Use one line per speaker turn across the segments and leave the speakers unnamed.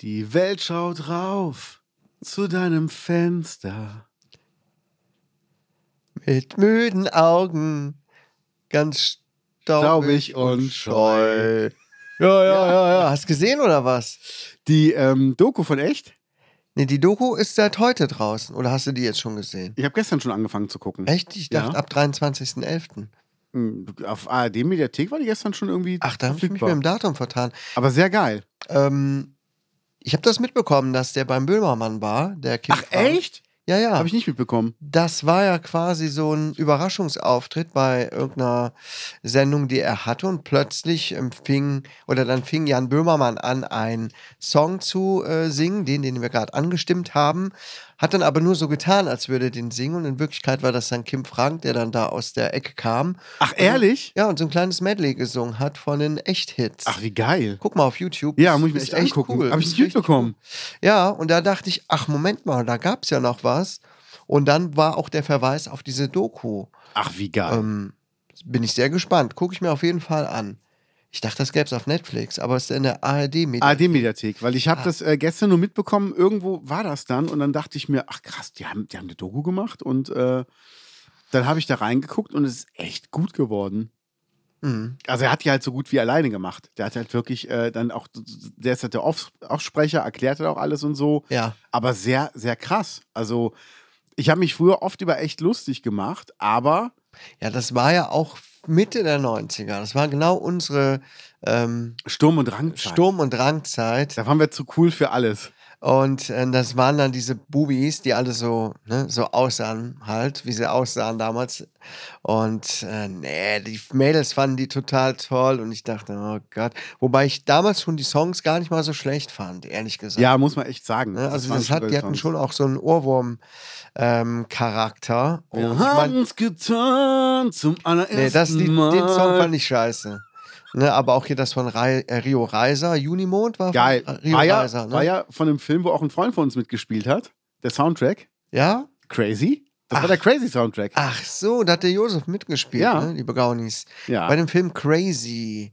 Die Welt schaut rauf zu deinem Fenster.
Mit müden Augen, ganz staubig,
Staubig und scheu.
Ja, ja, ja, ja. Hast gesehen oder was?
Die ähm, Doku von echt?
Nee, die Doku ist seit heute draußen. Oder hast du die jetzt schon gesehen?
Ich habe gestern schon angefangen zu gucken.
Echt? Ich dachte
Ja.
ab 23.11.
Mhm, Auf ARD Mediathek war die gestern schon irgendwie.
Ach, da habe ich mich mit
verfügbar.
dem Datum vertan.
Aber sehr geil.
Ähm, ich habe das mitbekommen, dass der beim Böhmermann war, der Kim
Ach,
Frank.
echt?
Ja, ja.
Habe ich nicht mitbekommen.
das war ja quasi so ein Überraschungsauftritt bei irgendeiner Sendung, die er hatte. Und plötzlich ähm, fing, oder dann fing Jan Böhmermann an, einen Song zu äh, singen, den, den wir gerade angestimmt haben. Hat dann aber nur so getan, als würde er den singen. Und in Wirklichkeit war das dann Kim Frank, der dann da aus der Ecke kam.
Ach, ehrlich?
Ja, und so ein kleines Medley gesungen hat von den Echthits.
Ach, wie geil.
Guck mal auf YouTube.
Ja, muss ich mir
Ist
echt angucken. Hab ich
Ist
nicht
richtig
mitbekommen.
cool. Ja, und da dachte ich, ach, Moment mal, da gab es ja noch was. Und dann war auch der Verweis auf diese Doku.
Ach, wie geil.
Ähm, bin ich sehr gespannt. Gucke ich mir auf jeden Fall an. Ich dachte, das gäbe es auf Netflix, aber es ist in der ARD-Media.
ARD Mediathek, weil ich habe
Ah.
das äh, gestern nur mitbekommen, irgendwo war das dann und dann dachte ich mir, ach krass, die haben, die haben eine Doku gemacht und äh, dann habe ich da reingeguckt und es ist echt gut geworden.
Mhm.
Also er hat die halt so gut wie alleine gemacht. Der hat halt wirklich äh, dann auch, der ist halt der Aufs- Aussprecher, erklärt halt auch alles und so,
Ja,
aber sehr, sehr krass. Also ich habe mich früher oft über echt lustig gemacht, aber
ja, das war ja auch Mitte der 90er. Das war genau unsere ähm,
Sturm und Drang.
Sturm- und Drangzeit.
Da waren wir zu cool für alles.
Und äh, das waren dann diese Bubis, die alle so, ne, so aussahen, halt, wie sie aussahen damals. Und äh, nee, die Mädels fanden die total toll und ich dachte, oh Gott. Wobei ich damals schon die Songs gar nicht mal so schlecht fand, ehrlich gesagt.
Ja, muss man echt sagen.
Ne, also
waren
das hat,
geile
die hatten
Songs.
schon auch so einen Ohrwurm-Charakter.
Wir
und ich mein,
haben's getan zum allerersten
nee, das, die, den
Mal.
Song fand ich scheiße. Ne, aber auch hier das von Rai- äh, Rio Reiser, Junimond war von
Geil.
Rio
War ja,
Reiser, ne?
war ja von einem Film, wo auch ein Freund von uns mitgespielt hat. Der Soundtrack.
ja?
Crazy. Das
Ach. Ah,
war der Crazy Soundtrack.
Ach so, da hat der Josef mitgespielt,
Ja.
ne, liebe Gaunis.
Ja.
Bei dem Film Crazy.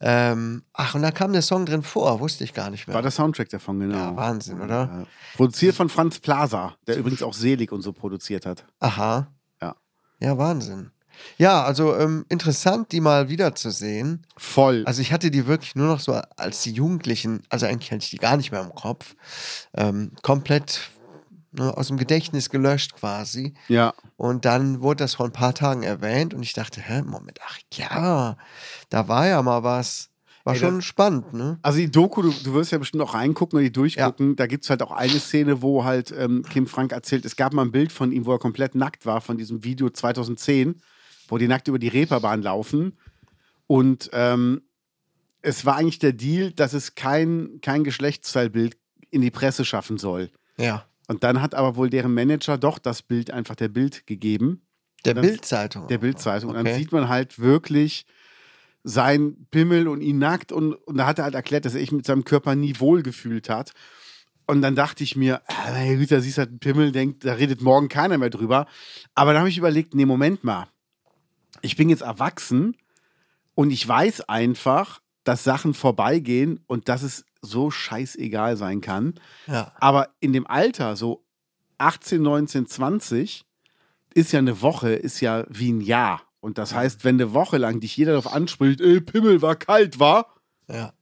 Ähm, ach, und da kam der Song drin vor, wusste ich gar nicht mehr.
War der Soundtrack davon, genau.
Ja, Wahnsinn, oder?
Ja. Produziert von Franz Plaza, der übrigens auch Selig und so produziert hat.
Aha.
Ja.
Ja, Wahnsinn. Ja, also ähm, interessant, die mal wiederzusehen.
Voll.
Also ich hatte die wirklich nur noch so als die Jugendlichen, also eigentlich hatte ich die gar nicht mehr im Kopf, ähm, komplett ne, aus dem Gedächtnis gelöscht quasi.
ja.
Und dann wurde das vor ein paar Tagen erwähnt und ich dachte, hä, Moment, ach ja, da war ja mal was. War
Ey,
schon spannend, ne?
Also die Doku, du, du wirst ja bestimmt auch reingucken und die durchgucken. Da gibt es halt auch eine Szene, wo halt ähm, Kim Frank erzählt, es gab mal ein Bild von ihm, wo er komplett nackt war, von diesem Video 2010, wo die nackt über die Reeperbahn laufen. Und ähm, es war eigentlich der Deal, dass es kein, kein Geschlechtsteilbild in die Presse schaffen soll.
Ja.
Und dann hat aber wohl deren Manager doch das Bild einfach der Bild gegeben
Der
Dann-
Bildzeitung.
der Bildzeitung. Und
Okay.
dann sieht man halt wirklich sein Pimmel und ihn nackt. Und, und da hat er halt erklärt, dass er sich mit seinem Körper nie wohl gefühlt hat. Und dann dachte ich mir, ah, meine Güte, da siehst du halt einen Pimmel, denkt, da redet morgen keiner mehr drüber. Aber dann habe ich überlegt, nee, Moment mal. Ich bin jetzt erwachsen und ich weiß einfach, dass Sachen vorbeigehen und dass es so scheißegal sein kann.
Ja.
Aber in dem Alter, so 18, 19, 20, ist ja eine Woche, ist ja wie ein Jahr. Und das heißt, wenn eine Woche lang dich jeder darauf anspricht, ey, Pimmel war kalt, war.
ja.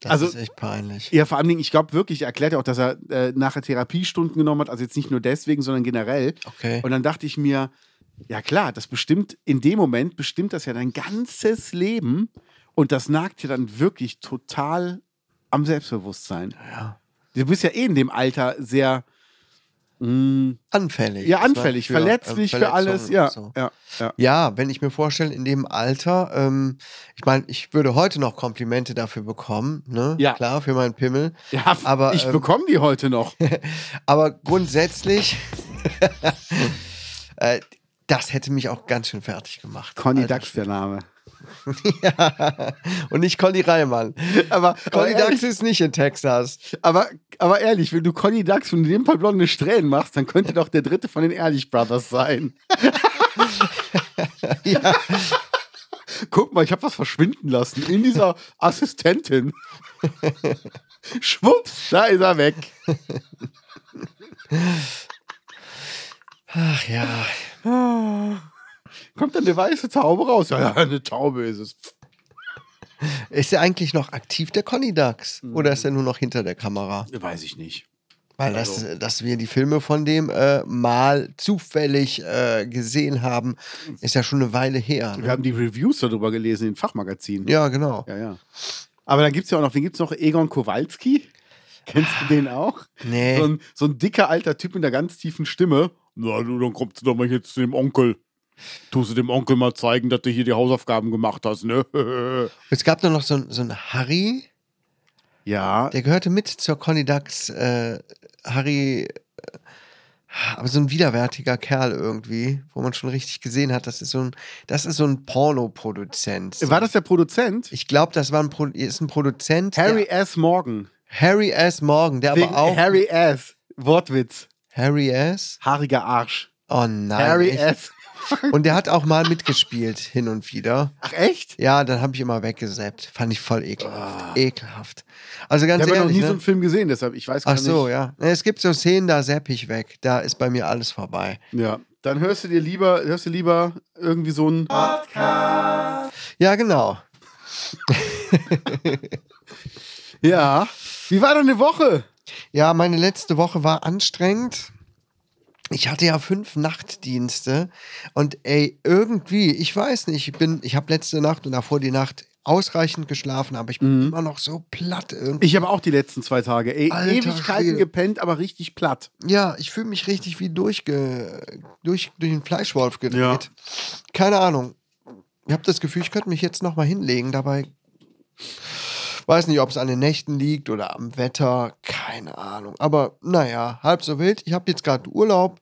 Das
Also-
ist echt peinlich.
Ja, vor allen Dingen, ich glaube wirklich, er erklärt ja auch, dass er äh, nachher Therapiestunden genommen hat, also jetzt nicht nur deswegen, sondern generell.
Okay.
Und dann dachte ich mir, ja klar, das bestimmt, in dem Moment bestimmt das ja dein ganzes Leben und das nagt dir dann wirklich total am Selbstbewusstsein.
ja.
Du bist ja eh in dem Alter sehr
anfällig.
Ja,
ist, ne?
anfällig,
Für,
verletzlich
ähm,
für also alles. Ja,
Verletzungen und so.
ja, ja.
Ja, wenn ich mir vorstelle, in dem Alter, ähm, ich meine, ich würde heute noch Komplimente dafür bekommen, ne?
Ja.
Klar, für meinen Pimmel.
ja
Aber,
ich
ähm,
bekomme die heute noch.
Aber grundsätzlich, äh, das hätte mich auch ganz schön fertig gemacht.
Conny
Alter.
Dax, der Name.
ja. Und nicht Conny Reimann.
Aber,
Conny
aber
Dax ist nicht in Texas.
Aber, aber ehrlich, wenn du Conny Dax und in dem Fall blonde Strähnen machst, dann könnte doch der dritte von den Ehrlich Brothers sein. Guck mal, ich habe was verschwinden lassen in dieser Assistentin. Schwupps, da ist er weg.
Ach ja.
Kommt dann eine weiße Taube raus? Ja, ja, eine Taube ist es.
Ist er eigentlich noch aktiv, der Conny Dax? Oder ist er nur noch hinter der Kamera?
Weiß ich nicht.
Weil das,
Also.
dass wir die Filme von dem äh, mal zufällig äh, gesehen haben, ist ja schon eine Weile her.
Wir
Ne?
haben die Reviews darüber gelesen in Fachmagazinen.
Ja, genau.
ja. ja. Aber dann gibt es ja auch noch, wen gibt es noch? Egon Kowalski? Kennst du den auch?
Nee.
So ein, so ein dicker alter Typ mit einer ganz tiefen Stimme. Na du, dann kommst du doch mal jetzt zu dem Onkel. Tust du dem Onkel mal zeigen, dass du hier die Hausaufgaben gemacht hast, ne?
Es gab nur noch so, einen- so einen Harry,
Ja,
der gehörte mit zur Conny Dax. Äh, Harry, äh, aber so ein widerwärtiger Kerl irgendwie, wo man schon richtig gesehen hat, das ist so ein, das ist so ein Pornoproduzent. So.
war das der Produzent?
Ich glaube, das war ein, Pro ist ein Produzent.
Harry
der,
S. Morgan.
Harry S. Morgan, der
Wegen
aber auch.
Harry S. Wortwitz.
Harry S.
Haariger Arsch.
Oh nein.
Harry
echt?
S.
Und der hat auch mal mitgespielt, hin und wieder.
Ach echt?
Ja, dann habe ich immer weggesäppt. Fand ich voll
Ah.
ekelhaft. Ekelhaft. Also ganz
Ich habe noch
ehrlich.
nie so
Ne?
einen Film gesehen, deshalb ich weiß gar
Ach so,
nicht.
ja. Ne, Es gibt so Szenen, da sepp ich weg. Da ist bei mir alles vorbei.
Ja. Dann hörst du dir lieber, hörst du lieber irgendwie so einen.
Ja, genau.
Ja. Wie war deine Woche?
Ja, meine letzte Woche war anstrengend. Ich hatte ja fünf Nachtdienste und ey, irgendwie, ich weiß nicht, ich bin, ich habe letzte Nacht und davor die Nacht ausreichend geschlafen, aber ich bin immer noch so platt irgendwie.
Ich habe auch die letzten zwei Tage. Ey,
Alter
Ewigkeiten
Schwede.
gepennt, aber richtig platt.
Ja, ich fühle mich richtig wie durchge durch, durch den Fleischwolf gedreht.
Ja.
Keine Ahnung. Ich habe das Gefühl, ich könnte mich jetzt nochmal hinlegen. Dabei weiß nicht, ob es an den Nächten liegt oder am Wetter. Keine Ahnung. Aber naja, halb so wild. Ich habe jetzt gerade Urlaub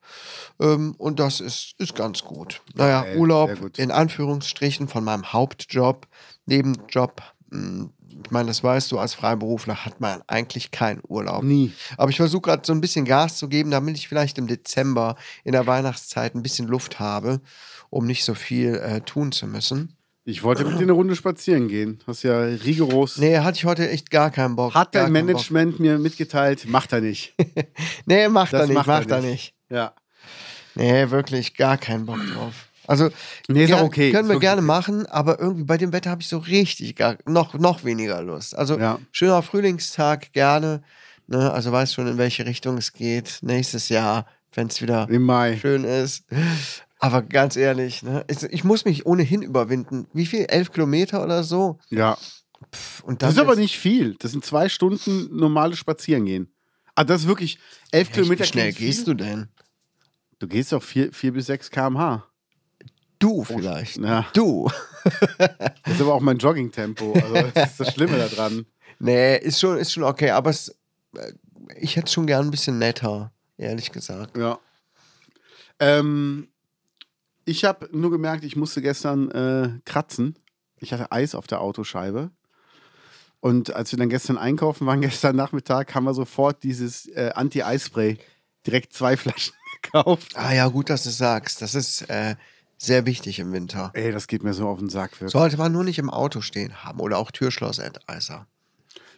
ähm, und das ist, ist ganz gut. Naja,
Geil, sehr
Urlaub
gut.
in Anführungsstrichen von meinem Hauptjob, Nebenjob. Mh, Ich meine, das weißt du, als Freiberufler hat man eigentlich keinen Urlaub.
Nie.
Aber ich versuche gerade so ein bisschen Gas zu geben, damit ich vielleicht im Dezember in der Weihnachtszeit ein bisschen Luft habe, um nicht so viel äh, tun zu müssen.
Ich wollte mit dir eine Runde spazieren gehen. Hast ja rigoros.
Nee, hatte ich heute echt gar keinen Bock.
Hat
gar
dein
keinen
Management mir mitgeteilt, macht er nicht.
Bock. Nee, macht er
Das
nicht,
macht
macht,
er
er
nicht.
nicht.
Ja.
Nee, wirklich gar keinen Bock drauf. Also,
Nee, ist
ger-
auch okay.
können
Ist
wir
wirklich
gerne
okay.
machen, aber irgendwie bei dem Wetter habe ich so richtig gar, noch, noch weniger Lust. Also,
Ja.
schöner Frühlingstag, gerne. Ne, also, weiß schon, in welche Richtung es geht. Nächstes Jahr, wenn es wieder
Im Mai.
schön ist. Aber ganz ehrlich, ne? ich, ich muss mich ohnehin überwinden. Wie viel? Elf Kilometer oder so?
Ja.
Pff, Und dann
Das ist aber
jetzt-
nicht viel. Das sind zwei Stunden normales Spazierengehen. Ah, das ist wirklich elf
Echt,
Kilometer.
Wie schnell
klingt viel.
gehst du denn?
Du gehst doch vier, vier bis sechs km/h. Oh,
Du vielleicht.
Ja.
Du.
Das ist aber auch mein Joggingtempo. Also, das ist das Schlimme daran.
Nee, ist schon, ist schon okay, aber es, äh, ich hätte es schon gern ein bisschen netter, ehrlich gesagt.
Ja. Ähm, ich habe nur gemerkt, ich musste gestern äh, kratzen. Ich hatte Eis auf der Autoscheibe. Und als wir dann gestern einkaufen waren, gestern Nachmittag, haben wir sofort dieses äh, Anti-Eisspray direkt zwei Flaschen gekauft.
Ah ja, gut, dass du es sagst. Das ist äh, sehr wichtig im Winter.
Ey, das geht mir so auf den Sack. Wirklich.
Sollte man nur nicht im Auto stehen haben oder auch Türschlossenteiser.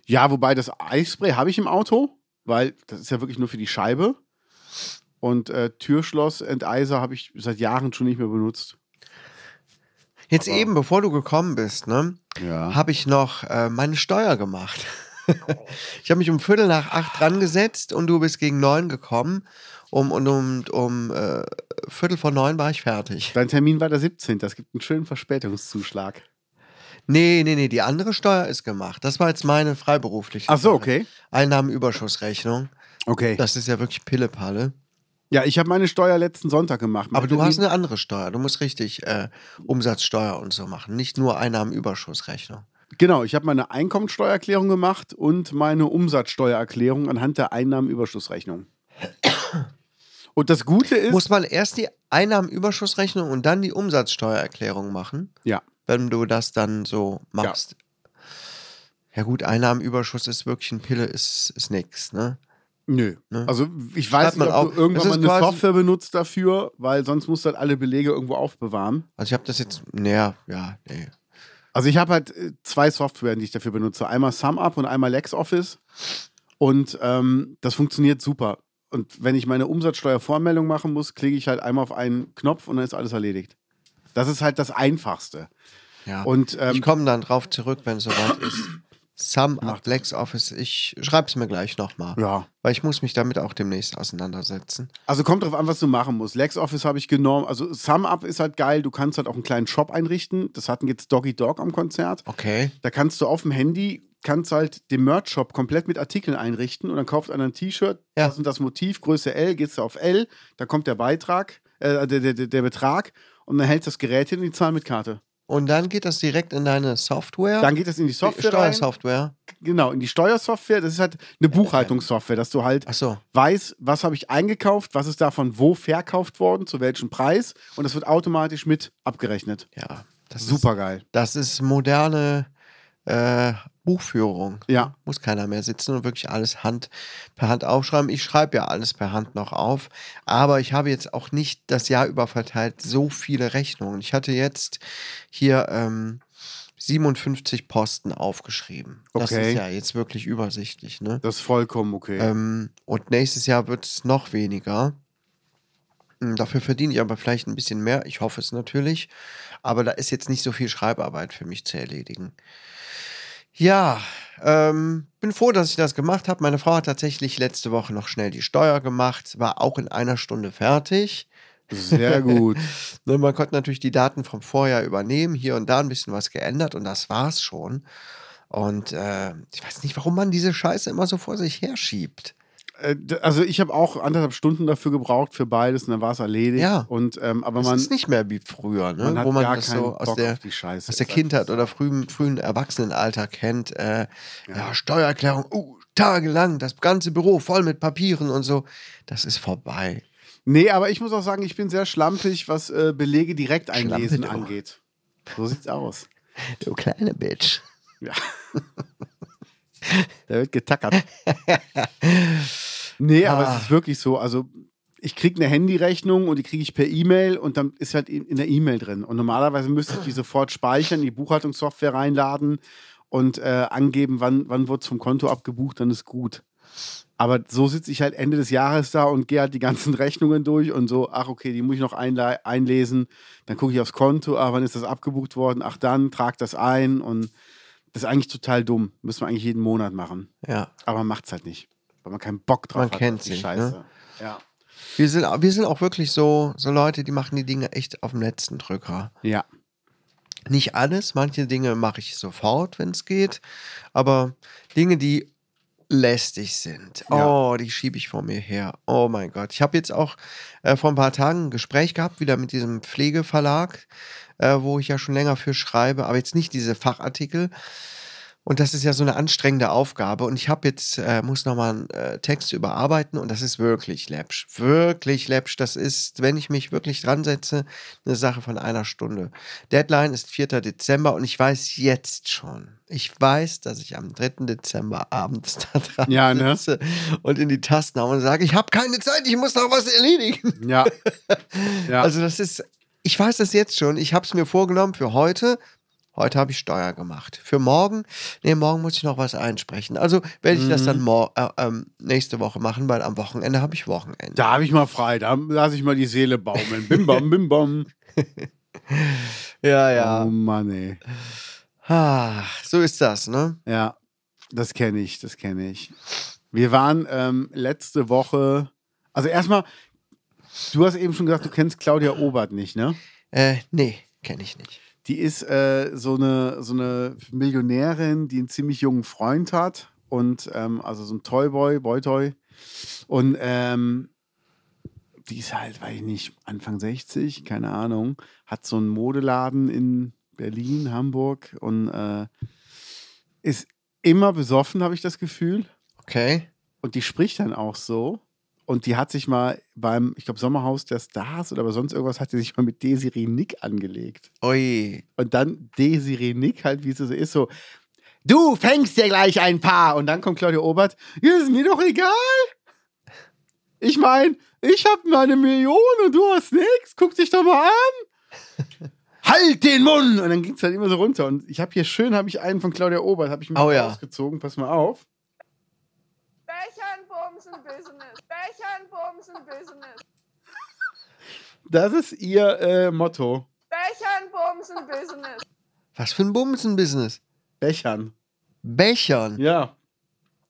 Ja, wobei das Eisspray habe ich im Auto, weil das ist ja wirklich nur für die Scheibe. Und äh, Türschloss, Enteiser habe ich seit Jahren schon nicht mehr benutzt.
Jetzt eben, bevor du gekommen bist, ne,
Ja.
habe ich noch äh, meine Steuer gemacht. ich habe mich um Viertel nach acht dran gesetzt und du bist gegen neun gekommen. Um, und um, um äh, Viertel vor neun war ich fertig.
Dein Termin war der 17. Das gibt einen schönen Verspätungszuschlag.
Nee, nee, nee, die andere Steuer ist gemacht. Das war jetzt meine freiberufliche.
Ach so,
Steuer.
okay.
Einnahmenüberschussrechnung.
Okay.
Das ist ja wirklich Pillepalle.
Ja, ich habe meine Steuer letzten Sonntag gemacht.
Aber du
Meine-
hast eine andere Steuer. Du musst richtig äh, Umsatzsteuer und so machen. Nicht nur Einnahmenüberschussrechnung.
Genau, ich habe meine Einkommensteuererklärung gemacht und meine Umsatzsteuererklärung anhand der Einnahmenüberschussrechnung. Und das Gute ist,
Muss man erst die Einnahmenüberschussrechnung und dann die Umsatzsteuererklärung machen,
ja,
wenn du das dann so machst. Ja, gut, Einnahmenüberschuss ist wirklich ein Pille, ist, ist nix, ne?
nö.
Ne?
Also ich weiß
Schreibt man
nicht, ob
auf.
du irgendwann
Es
mal
ist
eine
quasi-
Software benutzt dafür, weil sonst musst du halt alle Belege irgendwo aufbewahren.
Also ich habe das jetzt, naja, ja, nee.
Also ich habe halt äh, zwei Softwaren, die ich dafür benutze. Einmal SumUp und einmal LexOffice. Und ähm, das funktioniert super. Und wenn ich meine Umsatzsteuervormeldung machen muss, klicke ich halt einmal auf einen Knopf und dann ist alles erledigt. Das ist halt das Einfachste.
Ja.
Und ähm,
ich komme dann drauf zurück, wenn es soweit ist. Sum up LexOffice, ich schreibe es mir gleich nochmal,
ja.
weil ich muss mich damit auch demnächst auseinandersetzen.
Also kommt drauf an, was du machen musst. LexOffice habe ich genommen. Also SumUp ist halt geil. Du kannst halt auch einen kleinen Shop einrichten. Das hatten jetzt Doggy Dog am Konzert.
Okay.
Da kannst du auf dem Handy, kannst halt den Merch-Shop komplett mit Artikeln einrichten und dann kauft einer ein T-Shirt,
Ja.
das und das Motiv, Größe L, gehst du auf L, da kommt der Beitrag, äh, der, der, der der Betrag und dann hältst das Gerät hin und die zahlen mit Karte.
Und dann geht das direkt in deine Software,
Dann geht das in die Software rein,
Steuersoftware.
genau, in die Steuersoftware, das ist halt eine Buchhaltungssoftware, dass du halt
Achso,
weiß, was habe ich eingekauft, was ist davon wo verkauft worden, zu welchem Preis und das wird automatisch mit abgerechnet.
ja. Das ist-
Super geil.
Das ist moderne äh, Buchführung.
Ja.
Muss keiner mehr sitzen und wirklich alles Hand per Hand aufschreiben. Ich schreibe ja alles per Hand noch auf, aber ich habe jetzt auch nicht das Jahr über verteilt so viele Rechnungen. Ich hatte jetzt hier ähm, 57 Posten aufgeschrieben. Das
Okay.
ist ja jetzt wirklich übersichtlich, ne?
Das ist vollkommen okay.
Ähm, und nächstes Jahr wird es noch weniger. Hm, Dafür verdiene ich aber vielleicht ein bisschen mehr. Ich hoffe es natürlich. Aber da ist jetzt nicht so viel Schreibarbeit für mich zu erledigen. Ja, ähm, bin froh, dass ich das gemacht habe. Meine Frau hat tatsächlich letzte Woche noch schnell die Steuer gemacht, war auch in einer Stunde fertig.
Sehr gut.
Ne, man konnte natürlich die Daten vom Vorjahr übernehmen, hier und da ein bisschen was geändert und das war's schon. Und äh, ich weiß nicht, warum man diese Scheiße immer so vor sich herschiebt.
Äh, d- also ich habe auch anderthalb Stunden dafür gebraucht für beides und dann war es erledigt.
Ja.
Und ähm, aber
Es
man,
ist nicht mehr wie früher, ne?
man hat
wo man
gar
das
keinen
so aus
Bock
der,
auf die Scheiße.
aus der
Ist
Kindheit
einfach so.
oder frühen, frühen Erwachsenenalter kennt. Äh, ja. Steuererklärung, uh, tagelang, das ganze Büro voll mit Papieren und so. Das ist vorbei.
Nee, aber ich muss auch sagen, ich bin sehr schlampig, was äh, Belege direkt einlesen
Schlampig auch.
angeht. So sieht's aus.
Du kleine Bitch.
Ja. da wird getackert. nee, aber
Ah.
es ist wirklich so. Also ich kriege eine Handyrechnung und die kriege ich per E-Mail und dann ist halt in in der E-Mail drin. Und normalerweise müsste ich die sofort speichern, in die Buchhaltungssoftware reinladen und äh, angeben, wann, wann wird es vom Konto abgebucht, dann ist gut. Aber so sitze ich halt Ende des Jahres da und gehe halt die ganzen Rechnungen durch und so, ach okay, die muss ich noch einle einlesen. Dann gucke ich aufs Konto, ah, wann ist das abgebucht worden? Ach dann, trag das ein und das ist eigentlich total dumm. Müssen wir eigentlich jeden Monat machen.
Ja.
Aber man macht's halt nicht. Weil man keinen Bock drauf
Man
hat.
kennt's
auf die
nicht,
Scheiße.
ne?
Ja.
Wir sind, wir sind auch wirklich so, so Leute, die machen die Dinge echt auf dem letzten Drücker.
Ja.
Nicht alles, manche Dinge mache ich sofort, wenn es geht, aber Dinge, die lästig sind.
Ja.
Oh, die schiebe ich vor mir her. Oh mein Gott. Ich habe jetzt auch äh, vor ein paar Tagen ein Gespräch gehabt, wieder mit diesem Pflegeverlag, äh, wo ich ja schon länger für schreibe, aber jetzt nicht diese Fachartikel. Und das ist ja so eine anstrengende Aufgabe. Und ich habe jetzt, äh, muss nochmal einen äh, Text überarbeiten und das ist wirklich läppsch. Wirklich läppsch. Das ist, wenn ich mich wirklich dran setze, eine Sache von einer Stunde. Deadline ist 4. Dezember und ich weiß jetzt schon, ich weiß, dass ich am 3. Dezember abends da dran
Ja, ne?
sitze und in die Tasten haue und sage, ich habe keine Zeit, ich muss noch was erledigen.
Ja. ja.
Also das ist, ich weiß das jetzt schon. Ich habe es mir vorgenommen für heute. Heute habe ich Steuer gemacht. Für morgen, nee, morgen muss ich noch was einsprechen. Also werde ich das dann mor äh, ähm, nächste Woche machen, weil am Wochenende habe ich Wochenende.
da habe ich mal frei. Da lasse ich mal die Seele baumeln. Bim bam, bim bam.
ja,
Oh Mann, ey.
Ah, so ist das, ne?
Ja. Das kenne ich. Das kenne ich. Wir waren ähm, letzte Woche. Also erstmal, du hast eben schon gesagt, du kennst Claudia Obert nicht, ne?
Äh, nee, kenne ich nicht.
Die ist äh, so, eine, so eine Millionärin, die einen ziemlich jungen Freund hat. Und ähm, also so ein Toyboy, Boytoy. Und ähm, die ist halt, weiß ich nicht, Anfang 60, keine Ahnung, hat so einen Modeladen in Berlin, Hamburg und äh, ist immer besoffen, habe ich das Gefühl.
Okay.
Und die spricht dann auch so. Und die hat sich mal beim, ich glaube, Sommerhaus der Stars oder bei sonst irgendwas, hat sie sich mal mit Desiree Nick angelegt.
Ui.
Und dann Desiree Nick halt, wie es so ist, so, du fängst dir gleich ein Paar. Und dann kommt Claudia Obert, "Ja, ist mir doch egal. Ich meine, ich habe meine Million und du hast nichts. Guck dich doch mal an. halt den Mund. Und dann ging es halt immer so runter. Und ich habe hier schön, habe ich einen von Claudia Obert, habe ich mir
Oh ja.
rausgezogen. Pass mal auf.
Bechern, Bumsen, Business. Bechern, Bumsen, Business.
Das ist ihr äh, Motto.
Bechern, Bumsen, Business.
Was für ein Bumsen-Business.
Bechern.
Bechern.
Ja.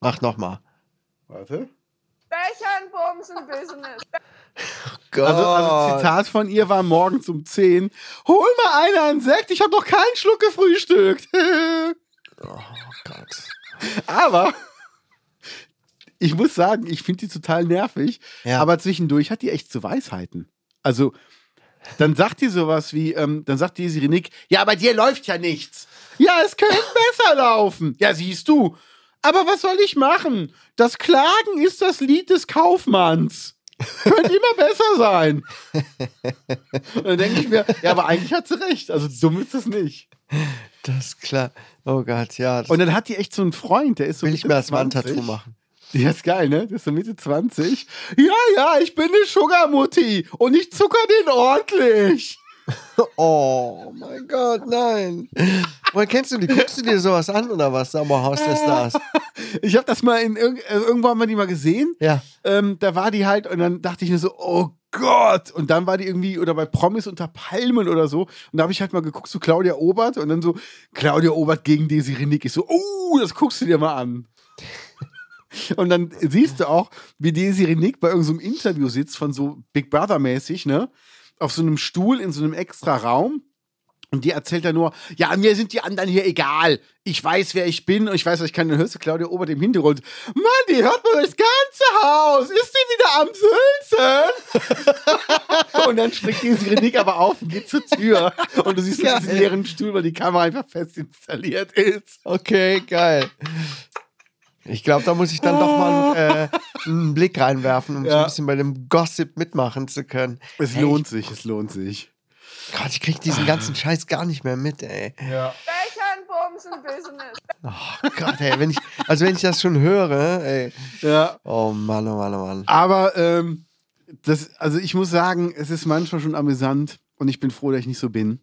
Mach nochmal.
Warte.
Bechern, Bumsen, Business.
Gott.
Also, also Zitat von ihr war morgens um 10. Hol mal einer einen Sekt, ich habe noch keinen Schluck gefrühstückt.
Oh Gott.
Aber ich muss sagen, ich finde die total nervig.
Ja.
Aber zwischendurch hat die echt zu Weisheiten. Also, dann sagt die sowas wie, ähm, dann sagt die Sirenik, ja, bei dir läuft ja nichts. Ja, es könnte besser laufen. Ja, siehst du. Aber was soll ich machen? Das Klagen ist das Lied des Kaufmanns. Könnte immer besser sein. Und dann denke ich mir, ja, aber eigentlich hat sie recht. Also dumm ist es nicht.
Das ist klar. Oh Gott, ja. Das
Und dann hat die echt so einen Freund, der ist so
will ich
Mitte
mir als
20.
Wandtattoo machen.
Ja, ist geil, ne? Das ist so Mitte 20. Ja, ja, ich bin eine Sugarmutti und ich zucker den ordentlich.
Oh mein Gott, nein. Woher kennst du die? Guckst du dir sowas an oder was? Sommerhaus der Stars.
Ich habe das mal in irg äh, irgendwo haben wir die mal gesehen.
Ja.
Ähm, da war die halt und dann dachte ich mir so, oh Gott. Und dann war die irgendwie oder bei Promis unter Palmen oder so. Und da habe ich halt mal geguckt zu Claudia Obert und dann so Claudia Obert gegen Desiree Nick. Ich so, oh, das guckst du dir mal an. Und dann siehst du auch, wie Desiree Nick bei irgendeinem Interview sitzt, von so Big Brother-mäßig, ne? Auf so einem Stuhl in so einem extra Raum. Und die erzählt dann nur, ja, mir sind die anderen hier egal. Ich weiß, wer ich bin und ich weiß, was ich kann. Dann hörst du Claudia Obert im Hintergrund. Mann, die hört man durchs ganze Haus. Ist die wieder am Sülzen? und dann springt die Sirenik aber auf und geht zur Tür. Und du siehst nur diesen leeren Stuhl, weil die Kamera einfach fest installiert ist.
Okay, geil. Ich glaube, da muss ich dann doch mal äh, einen Blick reinwerfen, um so
Ja.
ein bisschen bei dem Gossip mitmachen zu können.
Es lohnt sich, es lohnt sich.
Gott, ich krieg diesen ganzen Scheiß gar nicht mehr mit, ey.
Ja.
Bechern, Bumsen, Business.
Oh Gott, ey, wenn ich, also wenn ich das schon höre, ey.
ja.
Oh Mann, oh Mann, oh Mann.
Aber ähm, das, also ich muss sagen, es ist manchmal schon amüsant und ich bin froh, dass ich nicht so bin.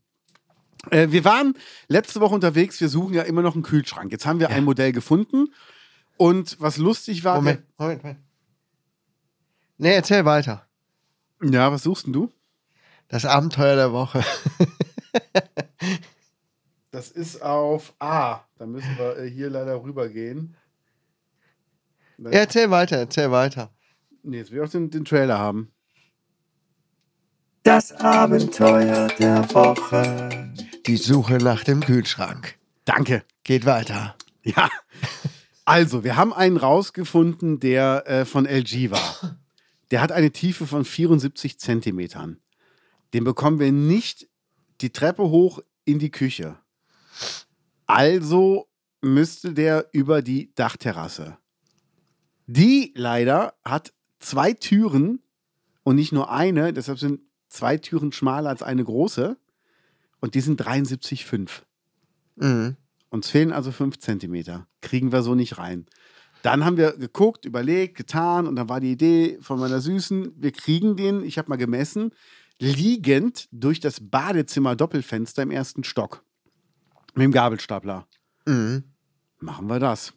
Äh, wir waren letzte Woche unterwegs, wir suchen ja immer noch einen Kühlschrank. Jetzt haben wir ein Modell gefunden und was lustig war.
Moment, Moment, Moment. Nee, erzähl weiter.
Ja, was suchst denn du?
Das Abenteuer der Woche.
Das ist auf A. Da müssen wir äh, hier leider rübergehen.
Ja, erzähl weiter, erzähl weiter.
Nee, jetzt will ich auch den, den Trailer haben.
Das Abenteuer der Woche. Die Suche nach dem Kühlschrank.
Danke.
Geht weiter.
Ja. Also, wir haben einen rausgefunden, der äh, von LG war. Der hat eine Tiefe von 74 Zentimetern. Den bekommen wir nicht die Treppe hoch in die Küche. Also müsste der über die Dachterrasse. Die leider hat zwei Türen und nicht nur eine, deshalb sind zwei Türen schmaler als eine große und die sind 73,5.
Mhm.
Uns fehlen also fünf Zentimeter. Kriegen wir so nicht rein. Dann haben wir geguckt, überlegt, getan und dann war die Idee von meiner Süßen, wir kriegen den, ich habe mal gemessen, liegend durch das Badezimmer-Doppelfenster im ersten Stock. Mit dem Gabelstapler.
Mhm.
Machen wir das.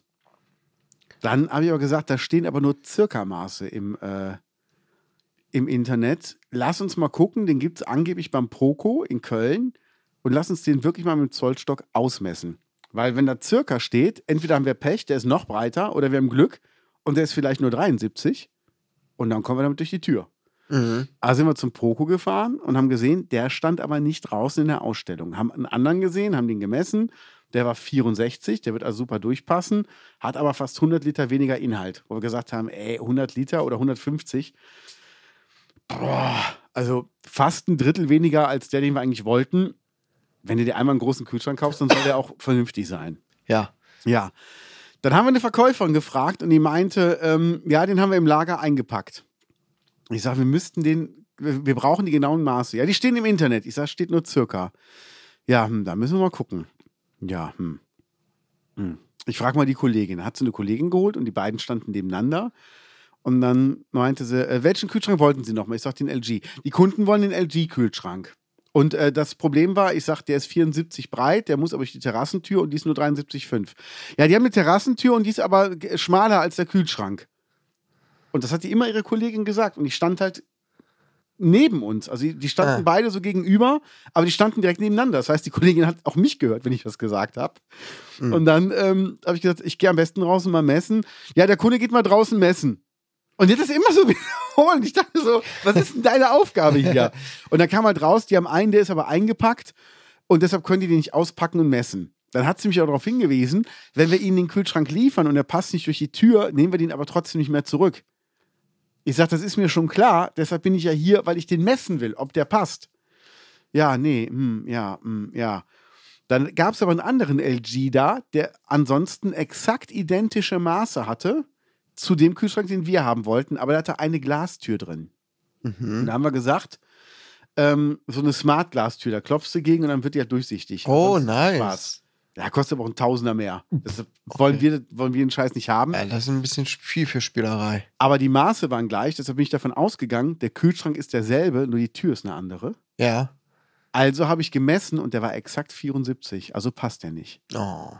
Dann habe ich aber gesagt, da stehen aber nur Zirka-Maße im, äh, im Internet. Lass uns mal gucken, den gibt es angeblich beim Poco in Köln und lass uns den wirklich mal mit dem Zollstock ausmessen. Weil wenn da circa steht, entweder haben wir Pech, der ist noch breiter, oder wir haben Glück und der ist vielleicht nur 73 und dann kommen wir damit durch die Tür.
Mhm.
Also sind wir zum Poco gefahren und haben gesehen, der stand aber nicht draußen in der Ausstellung. Haben einen anderen gesehen, haben den gemessen, der war 64, der wird also super durchpassen, hat aber fast 100 Liter weniger Inhalt. Wo wir gesagt haben, ey, 100 Liter oder 150. boah, also fast ein Drittel weniger als der, den wir eigentlich wollten. Wenn du dir einmal einen großen Kühlschrank kaufst, dann soll der auch vernünftig sein.
Ja.
Ja. Dann haben wir eine Verkäuferin gefragt und die meinte, ähm, ja, den haben wir im Lager eingepackt. Ich sage, wir müssten den, wir wir brauchen die genauen Maße. Ja, die stehen im Internet. Ich sage, steht nur circa. Ja, hm, da müssen wir mal gucken. Ja, hm. hm. Ich frage mal die Kollegin. Hat sie eine Kollegin geholt und die beiden standen nebeneinander. Und dann meinte sie, äh, welchen Kühlschrank wollten Sie nochmal? Ich sage den LG. Die Kunden wollen den LG-Kühlschrank. Und äh, das Problem war, ich sage, der ist 74 breit, der muss aber durch die Terrassentür und die ist nur 73,5. Ja, die haben eine Terrassentür und die ist aber g- schmaler als der Kühlschrank. Und das hat die immer ihre Kollegin gesagt. Und die stand halt neben uns. Also die, die standen
Ah.
beide so gegenüber, aber die standen direkt nebeneinander. Das heißt, die Kollegin hat auch mich gehört, wenn ich was gesagt habe. Und dann ähm, habe ich gesagt, ich gehe am besten raus und mal messen. Ja, der Kunde geht mal draußen messen. Und jetzt ist immer so wiederholen. Ich dachte so, was ist denn deine Aufgabe hier? Und dann kam halt raus, die haben einen, der ist aber eingepackt und deshalb können die den nicht auspacken und messen. Dann hat sie mich auch darauf hingewiesen, wenn wir ihnen den Kühlschrank liefern und er passt nicht durch die Tür, nehmen wir den aber trotzdem nicht mehr zurück. Ich sage, das ist mir schon klar, deshalb bin ich ja hier, weil ich den messen will, ob der passt. Ja, nee, hm, ja, hm, ja. Dann gab es aber einen anderen LG da, der ansonsten exakt identische Maße hatte zu dem Kühlschrank, den wir haben wollten, aber der hatte eine Glastür drin.
Mhm.
Und da haben wir gesagt, ähm, so eine Smart-Glastür, da klopfst du gegen und dann wird die halt durchsichtig.
Oh,
Ansonsten
nice.
Spaß. Ja, kostet aber auch ein Tausender mehr. Das wollen, wir, wollen wir den Scheiß nicht haben.
Ja, das ist ein bisschen viel für Spielerei.
Aber die Maße waren gleich, deshalb bin ich davon ausgegangen, der Kühlschrank ist derselbe, nur die Tür ist eine andere.
Ja.
Also habe ich gemessen und der war exakt 74, also passt der nicht.
Oh.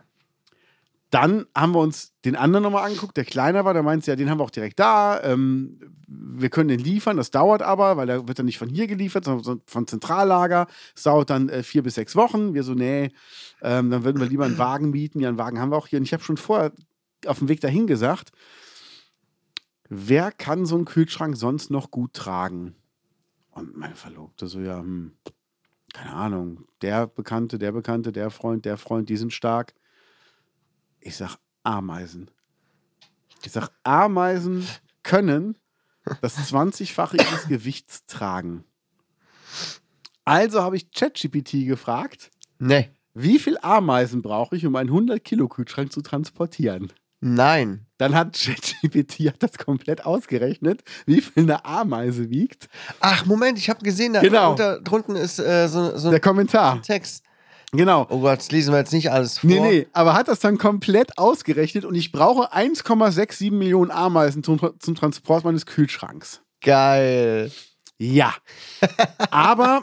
Dann haben wir uns den anderen nochmal angeguckt, der kleiner war, der meinte, ja, den haben wir auch direkt da. Ähm, wir können den liefern, das dauert aber, weil der wird dann nicht von hier geliefert, sondern so- von Zentrallager. Es dauert dann äh, vier bis sechs Wochen. Wir so, nee, ähm, dann würden wir lieber einen Wagen mieten. Ja, einen Wagen haben wir auch hier. Und ich habe schon vorher auf dem Weg dahin gesagt, wer kann so einen Kühlschrank sonst noch gut tragen? Und meine Verlobte so, ja, hm, keine Ahnung, der Bekannte, der Bekannte, der Freund, der Freund, die sind stark. Ich sag Ameisen. Ich sag Ameisen können das 20-fache ihres Gewichts tragen. Also habe ich ChatGPT gefragt,
Nee.
wie viel Ameisen brauche ich, um einen 100-Kilo-Kühlschrank zu transportieren?
Nein.
Dann hat ChatGPT hat das komplett ausgerechnet, wie viel eine Ameise wiegt.
Ach, Moment, ich habe gesehen, da
Genau.
unter, drunten ist äh, so, so
Der
ein
Kommentar.
Text.
Genau.
Oh Gott, das lesen wir jetzt nicht alles vor.
Nee, nee, aber hat das dann komplett ausgerechnet und ich brauche 1,67 Millionen Ameisen zum, zum Transport meines Kühlschranks.
Geil.
Ja. Aber